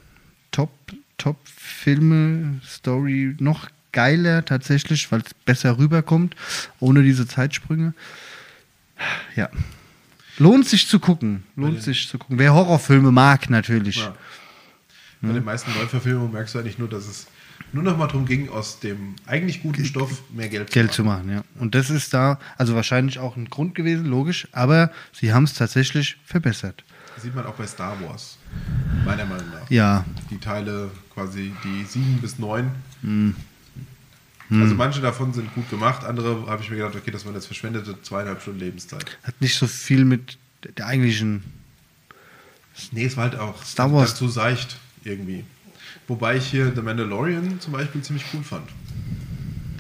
Speaker 1: top, top Filme, Story, noch geiler tatsächlich, weil es besser rüberkommt, ohne diese Zeitsprünge. Ja. Lohnt sich zu gucken. Lohnt sich zu gucken. Wer Horrorfilme mag, natürlich.
Speaker 2: ja. Bei
Speaker 1: Hm?
Speaker 2: den meisten Neuverfilmungen merkst du eigentlich nur, dass es nur noch mal darum ging, aus dem eigentlich guten Stoff mehr Geld,
Speaker 1: Geld zu machen, ja. Und das ist da, also wahrscheinlich auch ein Grund gewesen, logisch, aber sie haben es tatsächlich verbessert.
Speaker 2: Das sieht man auch bei Star Wars, meiner Meinung nach.
Speaker 1: Ja,
Speaker 2: Die Teile quasi, die sieben bis neun.
Speaker 1: Hm.
Speaker 2: Also manche davon sind gut gemacht, andere habe ich mir gedacht, okay, das waren jetzt verschwendete zweieinhalb Stunden Lebenszeit.
Speaker 1: hat nicht so viel mit der eigentlichen
Speaker 2: Nee, es war halt auch
Speaker 1: Star Wars.
Speaker 2: dazu seicht irgendwie. Wobei ich hier The Mandalorian zum Beispiel ziemlich cool fand.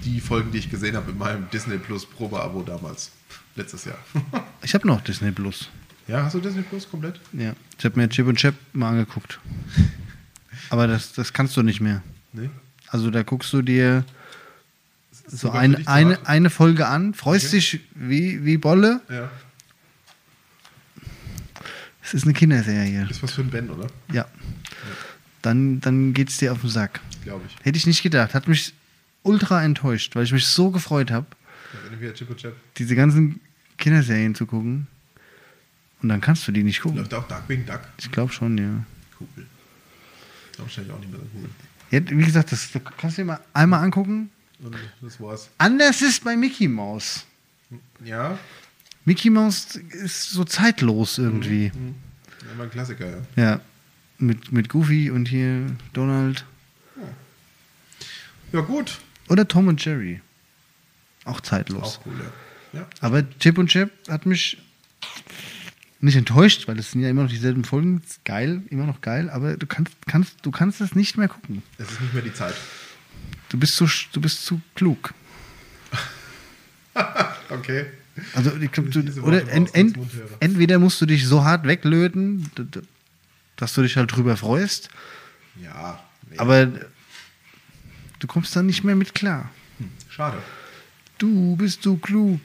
Speaker 2: Die Folgen, die ich gesehen habe in meinem Disney Plus Probeabo damals, letztes Jahr.
Speaker 1: Ich habe noch Disney Plus.
Speaker 2: ja, hast du Disney Plus komplett?
Speaker 1: Ja, ich habe mir Chip und Chap mal angeguckt. Aber das, das kannst du nicht mehr.
Speaker 2: Nee.
Speaker 1: Also da guckst du dir so
Speaker 2: sogar für
Speaker 1: ein,
Speaker 2: dich zu
Speaker 1: eine,
Speaker 2: raten.
Speaker 1: eine Folge an, freust
Speaker 2: Okay.
Speaker 1: dich wie, wie Bolle.
Speaker 2: Ja.
Speaker 1: Es ist eine Kinderserie.
Speaker 2: Ist was für ein Ben, oder?
Speaker 1: Ja. Dann, dann geht es dir auf den Sack.
Speaker 2: Glaube ich.
Speaker 1: Hätte ich nicht gedacht. Hat mich ultra enttäuscht, weil ich mich so gefreut habe,
Speaker 2: Ja, wenn ich wieder Chip und Chap.
Speaker 1: diese ganzen Kinderserien zu gucken. Und dann kannst du die nicht gucken.
Speaker 2: Läuft auch Duckwing Duck.
Speaker 1: Ich glaube schon, ja.
Speaker 2: Cool. Wahrscheinlich auch nicht mehr so cool.
Speaker 1: ja. Wie gesagt, das du kannst du dir mal einmal angucken.
Speaker 2: Und das war's.
Speaker 1: Anders ist bei Mickey Mouse.
Speaker 2: Ja,
Speaker 1: Mickey Mouse ist so zeitlos irgendwie.
Speaker 2: Mhm. ja, war ein Klassiker, ja.
Speaker 1: Ja. Mit, mit Goofy und hier Donald.
Speaker 2: Ja, gut.
Speaker 1: Oder Tom und Jerry. Auch zeitlos.
Speaker 2: Auch cool, ja. ja.
Speaker 1: Aber Chip und Chip hat mich nicht enttäuscht, weil es sind ja immer noch dieselben Folgen. Ist geil, immer noch geil, aber du kannst, kannst, du kannst es nicht mehr gucken.
Speaker 2: Es ist nicht mehr die Zeit.
Speaker 1: Du bist zu, sch- du bist zu klug.
Speaker 2: Okay.
Speaker 1: Also ich glaub,
Speaker 2: Diese
Speaker 1: du,
Speaker 2: Worte
Speaker 1: oder en,
Speaker 2: brauchst du als
Speaker 1: en,
Speaker 2: Mundhörer.
Speaker 1: entweder musst du dich so hart weglöten, d- d- dass du dich halt drüber freust,
Speaker 2: Ja. nee.
Speaker 1: aber du kommst dann nicht mehr mit klar.
Speaker 2: Schade.
Speaker 1: Du bist zu klug.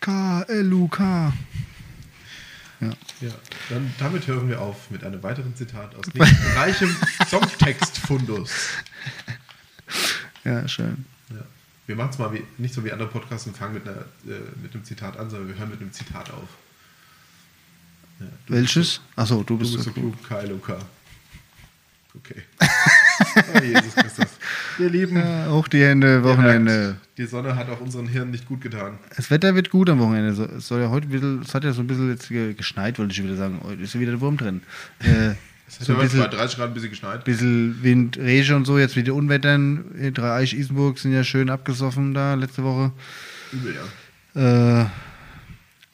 Speaker 1: K-L-U-K. Ja.
Speaker 2: Ja, dann damit hören wir auf mit einem weiteren Zitat aus Nick- reichem Songtextfundus.
Speaker 1: ja, schön.
Speaker 2: Ja. Wir machen es mal wie, nicht so wie andere Podcasts und fangen mit, einer, äh, mit einem Zitat an, sondern wir hören mit einem Zitat auf. Ja, du
Speaker 1: Welches? Achso, du
Speaker 2: bist
Speaker 1: bist,
Speaker 2: so, du
Speaker 1: so
Speaker 2: bist so
Speaker 1: klug.
Speaker 2: klug, Kai Luca. Okay. oh, Jesus Christus. Ihr Lieben,
Speaker 1: Ja, hoch die Hände,
Speaker 2: ihr merkt,
Speaker 1: Wochenende.
Speaker 2: die Sonne hat auch unseren Hirn nicht gut getan.
Speaker 1: Das Wetter wird gut am Wochenende. So- Es soll ja heute ein bisschen, es hat ja so ein bisschen jetzt ge- geschneit, wollte ich wieder sagen. Heute ist ja wieder der Wurm drin. Äh,
Speaker 2: Es hat
Speaker 1: so ein
Speaker 2: aber bei
Speaker 1: bisschen,
Speaker 2: 30 Grad ein bisschen geschneit.
Speaker 1: bisschen Wind, Rege und so, jetzt wieder Unwettern. Äh, Dreieich Isenburg sind ja schön abgesoffen da letzte Woche.
Speaker 2: Übel, ja.
Speaker 1: Äh,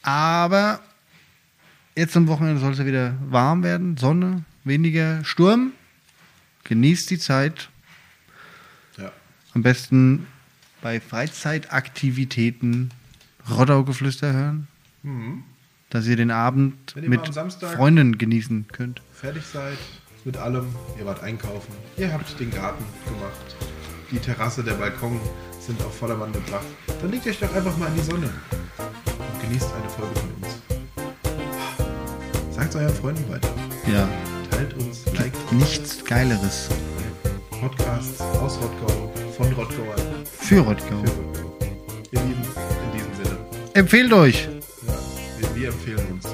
Speaker 1: aber jetzt am Wochenende soll es ja wieder warm werden, Sonne, weniger Sturm. Genießt die Zeit.
Speaker 2: ja.
Speaker 1: Am besten bei Freizeitaktivitäten Roddaugeflüster hören,
Speaker 2: Mhm.
Speaker 1: dass ihr den Abend
Speaker 2: Wenn ihr mal
Speaker 1: mit
Speaker 2: am Samstag-
Speaker 1: Freunden genießen könnt.
Speaker 2: fertig seid mit allem, ihr wart einkaufen, ihr habt den Garten gemacht, die Terrasse, der Balkon sind auf voller Mann gebracht, dann legt euch doch einfach mal in die Sonne und genießt eine Folge von uns. Sagt euren Freunden weiter,
Speaker 1: Ja,
Speaker 2: teilt uns, liked
Speaker 1: nichts Geileres
Speaker 2: Podcasts aus Rottgau, von Rottgauer
Speaker 1: für Rottgau.
Speaker 2: für Rottgau. Ihr Lieben, in diesem Sinne,
Speaker 1: Empfehlt euch,
Speaker 2: ja, wir, wir empfehlen uns.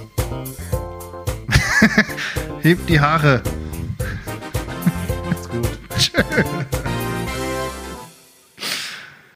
Speaker 1: hebt die Haare.
Speaker 2: Macht's gut.